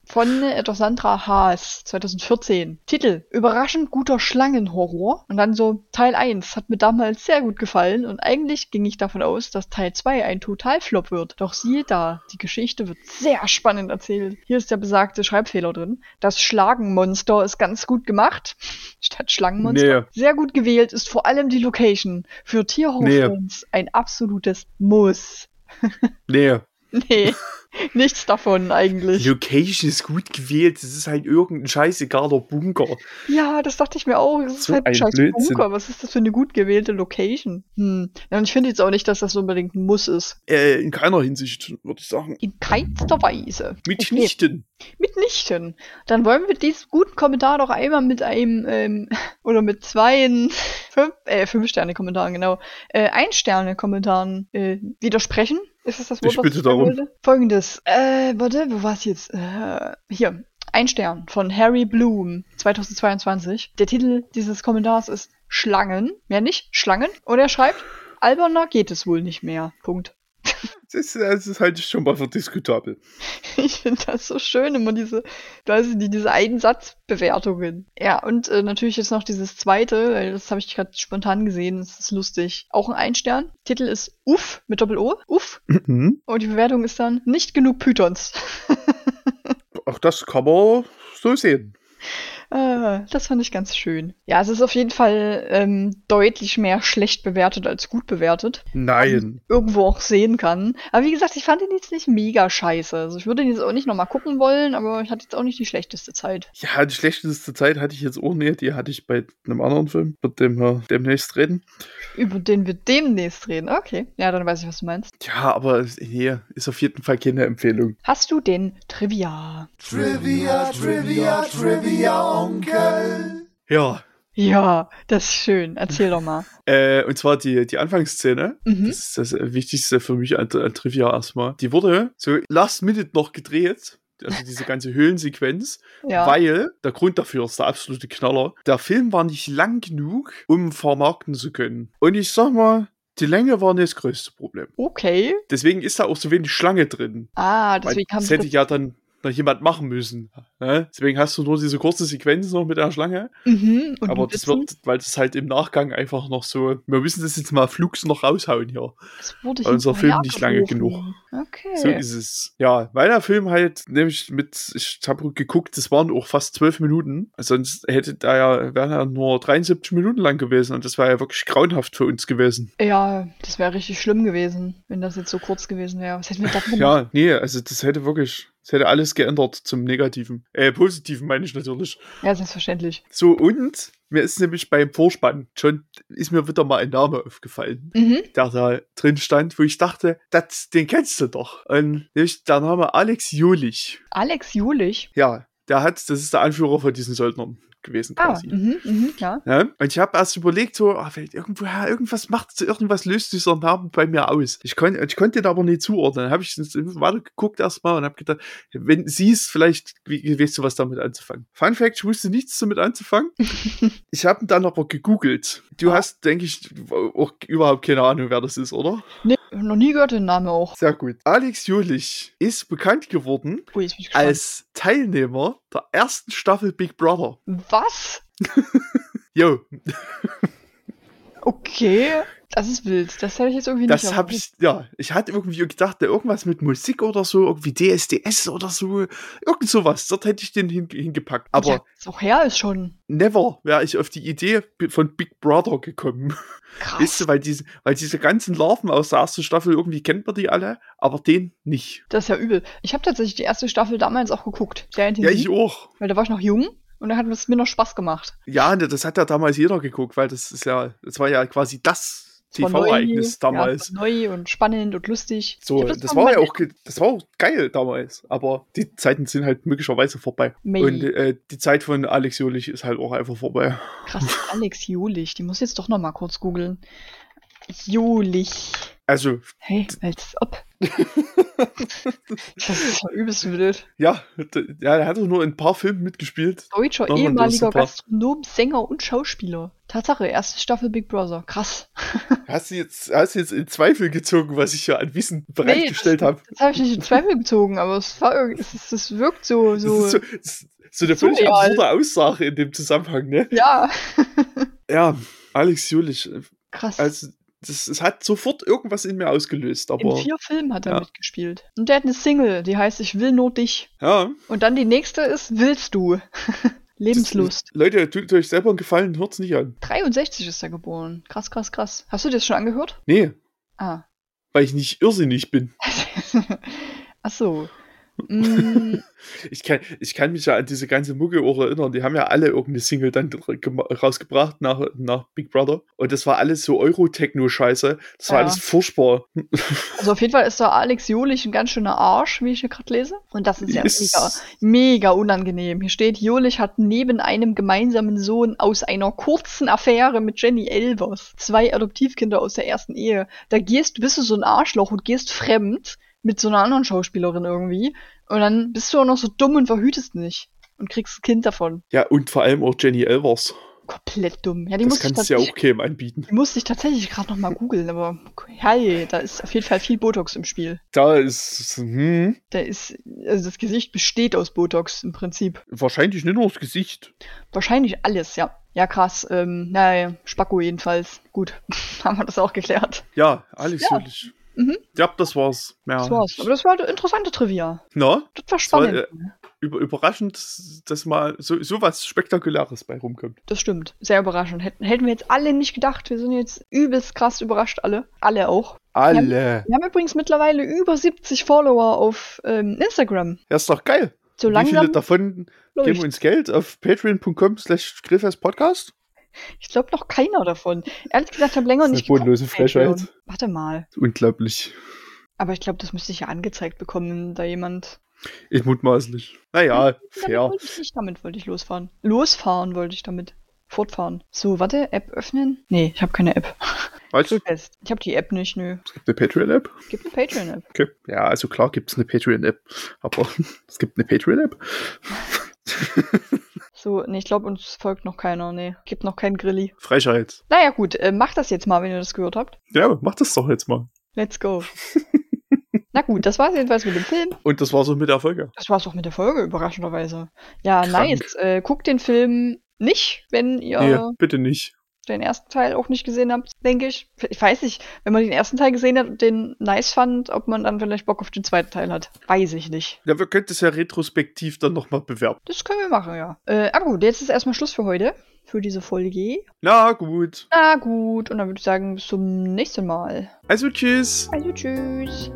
Speaker 1: Von äh, der Sandra Haas, 2014. Titel, überraschend guter Schlangenhorror. Und dann so, Teil 1 hat mir damals sehr gut gefallen und eigentlich ging ich davon aus, dass Teil 2 ein Totalflop wird. Doch siehe da, die Geschichte wird sehr spannend erzählt. Hier ist der besagte Schreibfehler drin. Das Schlagenmonster ist ganz gut gemacht. Statt Schlangenmonster.
Speaker 2: Nee.
Speaker 1: Sehr gut gewählt ist vor allem die Location. Für Tierhorror-Fans ein absolutes Muss.
Speaker 2: Nee.
Speaker 1: <laughs> Nee, nichts davon
Speaker 2: Die
Speaker 1: eigentlich.
Speaker 2: Location ist gut gewählt. Es ist halt irgendein scheißegaler Bunker.
Speaker 1: Ja, das dachte ich mir auch. Das ist
Speaker 2: So
Speaker 1: halt ein
Speaker 2: ein
Speaker 1: scheiß
Speaker 2: Blödsinn.
Speaker 1: Bunker. Was ist das für eine gut gewählte Location? Hm. Ja, und ich finde jetzt auch nicht, dass das unbedingt ein Muss ist.
Speaker 2: Äh, in keiner Hinsicht, würde ich sagen.
Speaker 1: In keinster Weise.
Speaker 2: Mitnichten.
Speaker 1: Mitnichten. Dann wollen wir diesen guten Kommentar doch einmal mit einem ähm, <laughs> oder mit zwei <laughs> fünf, äh, fünf Sterne Kommentaren genau äh, ein Sterne Kommentaren äh, widersprechen. Ist das das Wort?
Speaker 2: Ich
Speaker 1: was
Speaker 2: bitte
Speaker 1: sagen
Speaker 2: darum.
Speaker 1: wollte? Folgendes. Äh, warte, wo war's jetzt? Äh, hier. Ein Stern von Harry Bloom 2022. Der Titel dieses Kommentars ist Schlangen. Mehr nicht? Schlangen. Und er schreibt, alberner geht es wohl nicht mehr. Punkt.
Speaker 2: Das, das ist halt schon mal für diskutabel.
Speaker 1: <laughs> Ich finde das so schön, immer diese, weiß ich nicht, diese einen Satzbewertungen. Ja, und äh, natürlich jetzt noch dieses zweite, weil das habe ich gerade spontan gesehen, das ist lustig. Auch ein Einstern. Titel ist Uff mit Doppel-O. Uff.
Speaker 2: Mhm.
Speaker 1: Und die Bewertung ist dann nicht genug Pythons. <laughs>
Speaker 2: Auch das kann man so sehen.
Speaker 1: äh, das fand ich ganz schön. Ja, es ist auf jeden Fall ähm, deutlich mehr schlecht bewertet als gut bewertet. Mhm.
Speaker 2: Nein.
Speaker 1: irgendwo auch sehen kann. Aber wie gesagt, ich fand ihn jetzt nicht mega scheiße. Also ich würde ihn jetzt auch nicht nochmal gucken wollen, aber ich hatte jetzt auch nicht die schlechteste Zeit.
Speaker 2: Ja, die schlechteste Zeit hatte ich jetzt auch nicht. Die hatte ich bei einem anderen Film, mit dem wir demnächst reden.
Speaker 1: Über den wir demnächst reden. Okay. Ja, dann weiß ich, was du meinst.
Speaker 2: Ja, aber nee, ist auf jeden Fall keine Empfehlung.
Speaker 1: Hast du den Trivia?
Speaker 3: Trivia, trivia, trivia, Onkel.
Speaker 2: Ja.
Speaker 1: Ja, das ist schön. Erzähl doch mal.
Speaker 2: Äh, und zwar die, die Anfangsszene.
Speaker 1: Mhm.
Speaker 2: <laughs> Das ist das äh, Wichtigste für mich an, an Trivia erstmal. Die wurde so last minute noch gedreht. Also diese ganze Höhlensequenz.
Speaker 1: Ja.
Speaker 2: Weil, der Grund dafür ist der absolute Knaller, der Film war nicht lang genug, um vermarkten zu können. Und ich sag mal, die Länge war nicht das größte Problem.
Speaker 1: okay.
Speaker 2: Deswegen ist da auch so wenig Schlange drin.
Speaker 1: Ah,
Speaker 2: Weil
Speaker 1: deswegen haben
Speaker 2: das
Speaker 1: sie.
Speaker 2: hätte ja dann noch jemand machen müssen. Ne? Deswegen hast du nur diese kurze Sequenz noch mit der Schlange.
Speaker 1: Mhm, und
Speaker 2: Aber
Speaker 1: die
Speaker 2: das
Speaker 1: Witzen,
Speaker 2: wird, weil das halt im Nachgang einfach noch so, wir müssen das jetzt mal flugs noch raushauen hier.
Speaker 1: das wurde
Speaker 2: weil unser
Speaker 1: hinterher
Speaker 2: Film nicht lange
Speaker 1: abgerufen. Okay.
Speaker 2: So ist es. Ja, weil der Film halt, nämlich mit, ich habe geguckt, das waren auch fast zwölf Minuten. Sonst hätte da ja, wären ja nur 73 Minuten lang gewesen und das wäre ja wirklich grauenhaft für uns gewesen.
Speaker 1: ja, das wäre richtig schlimm gewesen, wenn das jetzt so kurz gewesen wäre. Was hätten wir da gemacht?
Speaker 2: <laughs> Ja, nee, also das hätte wirklich, das hätte alles geändert zum Negativen. Äh, Positiven meine ich natürlich.
Speaker 1: ja, selbstverständlich.
Speaker 2: So, und mir ist nämlich beim Vorspann schon, ist mir wieder mal ein Name aufgefallen.
Speaker 1: Mhm.
Speaker 2: der da drin stand, wo ich dachte, das, den kennst du doch. Und nämlich der Name Alex Julich.
Speaker 1: Alex Julich.
Speaker 2: Ja, der hat, das ist der Anführer von diesen Söldnern gewesen
Speaker 1: Ah,
Speaker 2: quasi.
Speaker 1: mhm, mhm, ja.
Speaker 2: Ja, und ich habe erst überlegt, so, ah, vielleicht irgendwoher, irgendwas macht, irgendwas löst dieser Name bei mir aus. Ich, kon, ich konnte den aber nicht zuordnen. Dann habe ich weiter geguckt erstmal und habe gedacht, wenn sie es, vielleicht wie- weißt du was damit anzufangen. Fun Fact, ich wusste nichts
Speaker 1: <laughs>
Speaker 2: damit anzufangen. ich habe ihn dann aber gegoogelt. Du
Speaker 1: Ah.
Speaker 2: hast, denke ich, auch überhaupt keine Ahnung, wer das ist, oder?
Speaker 1: Nee, noch nie gehört den Namen auch.
Speaker 2: Sehr gut. Alex Julich ist bekannt geworden
Speaker 1: Ui, jetzt bin ich gespannt.
Speaker 2: als Teilnehmer der ersten Staffel Big Brother.
Speaker 1: Was?
Speaker 2: Jo,
Speaker 1: Okay. Das ist wild. Das hätte ich jetzt irgendwie
Speaker 2: das
Speaker 1: nicht
Speaker 2: habe ich, ja, ich hatte irgendwie gedacht, da irgendwas mit Musik oder so, irgendwie DSDS oder so, irgend sowas, dort hätte ich den hin, hingepackt. Aber
Speaker 1: ja, so her ist schon
Speaker 2: never wäre ich auf die Idee von Big Brother gekommen.
Speaker 1: krass.
Speaker 2: Weißt du, weil diese, weil diese ganzen Larven aus der ersten Staffel, irgendwie kennt man die alle, aber den nicht.
Speaker 1: das ist ja übel. Ich habe tatsächlich die erste Staffel damals auch geguckt. Sehr
Speaker 2: Ja,
Speaker 1: intensiv.
Speaker 2: ich auch.
Speaker 1: Weil da war ich noch jung und da hat es mir noch Spaß gemacht.
Speaker 2: Ja, ne, das hat ja damals jeder geguckt, weil das ist ja, das war ja quasi das
Speaker 1: war neu,
Speaker 2: TV-Ereignis
Speaker 1: ja,
Speaker 2: damals.
Speaker 1: war neu und spannend und lustig. Ich
Speaker 2: So,
Speaker 1: glaub,
Speaker 2: das
Speaker 1: mal
Speaker 2: war ja
Speaker 1: meine-
Speaker 2: auch, ge- das war auch geil damals, aber die Zeiten sind halt möglicherweise vorbei.
Speaker 1: Maybe.
Speaker 2: Und äh, die Zeit von Alex Jolich ist halt auch einfach vorbei.
Speaker 1: Krass, Alex Jolich. Die muss ich jetzt doch noch mal kurz googeln. Jolich.
Speaker 2: Also,
Speaker 1: Hey, als ob.
Speaker 2: <laughs>
Speaker 1: das ist ja übelst wild.
Speaker 2: ja, d- ja, er hat doch nur in ein paar Filmen mitgespielt.
Speaker 1: Deutscher
Speaker 2: Machen wir
Speaker 1: ehemaliger
Speaker 2: das, super.
Speaker 1: Gastronom, Sänger und Schauspieler. Tatsache, erste Staffel Big Brother. Krass.
Speaker 2: Hast du jetzt, hast du jetzt in Zweifel gezogen, was ich hier an Wissen bereitgestellt habe?
Speaker 1: Das habe ich nicht in Zweifel gezogen, aber es, war, irgendwie- es, ist, es wirkt so.
Speaker 2: Das
Speaker 1: so,
Speaker 2: ist so, das ist so eine völlig
Speaker 1: surreal.
Speaker 2: absurde Aussage in dem Zusammenhang, ne?
Speaker 1: Ja,
Speaker 2: Ja, Alex Jolich, äh,
Speaker 1: krass.
Speaker 2: also, das, es hat sofort irgendwas in mir ausgelöst,
Speaker 1: in
Speaker 2: aber,
Speaker 1: vier Filmen hat er
Speaker 2: ja.
Speaker 1: mitgespielt. Und der hat eine Single, die heißt Ich will nur dich.
Speaker 2: ja.
Speaker 1: Und dann die nächste ist Willst du? <laughs> Lebenslust.
Speaker 2: Das, Leute, tut euch selber einen Gefallen, hört's nicht an.
Speaker 1: 63 ist er geboren. Krass, krass, krass. Hast du dir das schon angehört?
Speaker 2: Nee,
Speaker 1: Ah. <laughs>
Speaker 2: weil ich nicht irrsinnig bin.
Speaker 1: Ach so. Mm,
Speaker 2: Ich kann, ich kann mich ja an diese ganze Mucke auch erinnern. Die haben ja alle irgendeine Single dann dr- gema- rausgebracht nach, nach Big Brother. Und das war alles so Euro-Techno-Scheiße. Das war
Speaker 1: Ja.
Speaker 2: alles furchtbar.
Speaker 1: Also auf jeden Fall ist da Alex Jolich ein ganz schöner Arsch, wie ich hier gerade lese. Und das ist ja
Speaker 2: Ist-
Speaker 1: mega, mega unangenehm. Hier steht, Jolich hat neben einem gemeinsamen Sohn aus einer kurzen Affäre mit Jenny Elvers zwei Adoptivkinder aus der ersten Ehe. Da gehst, bist du so ein Arschloch und gehst fremd mit so einer anderen Schauspielerin irgendwie. Und dann bist du auch noch so dumm und verhütest nicht. Und kriegst ein Kind davon.
Speaker 2: Ja, und vor allem auch Jenny Elvers.
Speaker 1: Komplett dumm. Ja, die
Speaker 2: Das
Speaker 1: muss ich
Speaker 2: kannst du ja
Speaker 1: tatsächlich
Speaker 2: auch keinem anbieten.
Speaker 1: Die musste ich tatsächlich gerade noch mal googeln, aber hey, da ist auf jeden Fall viel Botox im Spiel.
Speaker 2: Da ist, hm,
Speaker 1: Da ist, also das Gesicht besteht aus Botox im Prinzip.
Speaker 2: wahrscheinlich nicht nur das Gesicht.
Speaker 1: Wahrscheinlich alles, ja. Ja, krass. Ähm, naja, Spacko jedenfalls. Gut, <laughs> haben wir das auch geklärt.
Speaker 2: Ja, Alex
Speaker 1: Ja.
Speaker 2: Jülich.
Speaker 1: Mhm.
Speaker 2: Ja, das war's. Ja.
Speaker 1: Das war's. Aber das war eine interessante Trivia.
Speaker 2: Na,
Speaker 1: Das war
Speaker 2: war, äh,
Speaker 1: spannend.
Speaker 2: über, überraschend, dass mal so, so was Spektakuläres bei rumkommt.
Speaker 1: Das stimmt. Sehr überraschend. Hätten, hätten wir jetzt alle nicht gedacht. Wir sind jetzt übelst krass überrascht, alle. Alle auch.
Speaker 2: Alle.
Speaker 1: Wir haben übrigens mittlerweile über 70 Follower auf ähm, Instagram.
Speaker 2: Ja, ist doch geil.
Speaker 1: So
Speaker 2: Wie viele
Speaker 1: langsam.
Speaker 2: davon geben uns Geld auf patreon.com slash grillfestpodcast?
Speaker 1: Ich glaube noch keiner davon. Ehrlich gesagt, ich habe länger
Speaker 2: Das ist
Speaker 1: nicht
Speaker 2: eine bodenlose
Speaker 1: geguckt, Patreon.
Speaker 2: Frechheit.
Speaker 1: Warte mal.
Speaker 2: Unglaublich.
Speaker 1: Aber ich glaube, das müsste ich ja angezeigt bekommen, wenn da jemand.
Speaker 2: Ich mutmaßlich. Naja,
Speaker 1: Damit
Speaker 2: fair.
Speaker 1: wollte ich nicht, damit wollte ich losfahren. Losfahren wollte ich damit. Fortfahren. So, warte, App öffnen? Nee, ich habe keine App.
Speaker 2: Weißt du,
Speaker 1: Fest. Ich habe die App nicht, nö.
Speaker 2: es gibt eine Patreon-App.
Speaker 1: Gib eine Patreon-App.
Speaker 2: Okay. Ja, also klar gibt es eine Patreon-App. Aber <laughs> es gibt eine Patreon-App.
Speaker 1: So, nee, ich glaube, uns folgt noch keiner, nee. Gibt noch keinen Grilli.
Speaker 2: Frechheit.
Speaker 1: Naja, gut, äh, macht das jetzt mal, wenn ihr das gehört habt.
Speaker 2: Ja, mach das doch jetzt mal.
Speaker 1: Let's
Speaker 2: <laughs>
Speaker 1: go. Na gut, das war's jedenfalls mit dem Film.
Speaker 2: Und das war so mit der Folge.
Speaker 1: Das war's auch mit der Folge, überraschenderweise. Ja,
Speaker 2: Krank.
Speaker 1: nice. Äh, guckt den Film nicht, wenn ihr
Speaker 2: Nee, bitte nicht.
Speaker 1: den ersten Teil auch nicht gesehen habt, denke ich. Ich weiß nicht, wenn man den ersten Teil gesehen hat und den nice fand, ob man dann vielleicht Bock auf den zweiten Teil hat. Weiß ich nicht.
Speaker 2: Ja, wir könnten es ja retrospektiv dann nochmal bewerben.
Speaker 1: Das können wir machen, ja. Äh, aber gut, jetzt ist erstmal Schluss für heute. Für diese Folge.
Speaker 2: Na gut.
Speaker 1: Na gut, und dann würde ich sagen, bis zum nächsten Mal.
Speaker 2: Also tschüss.
Speaker 1: Also tschüss.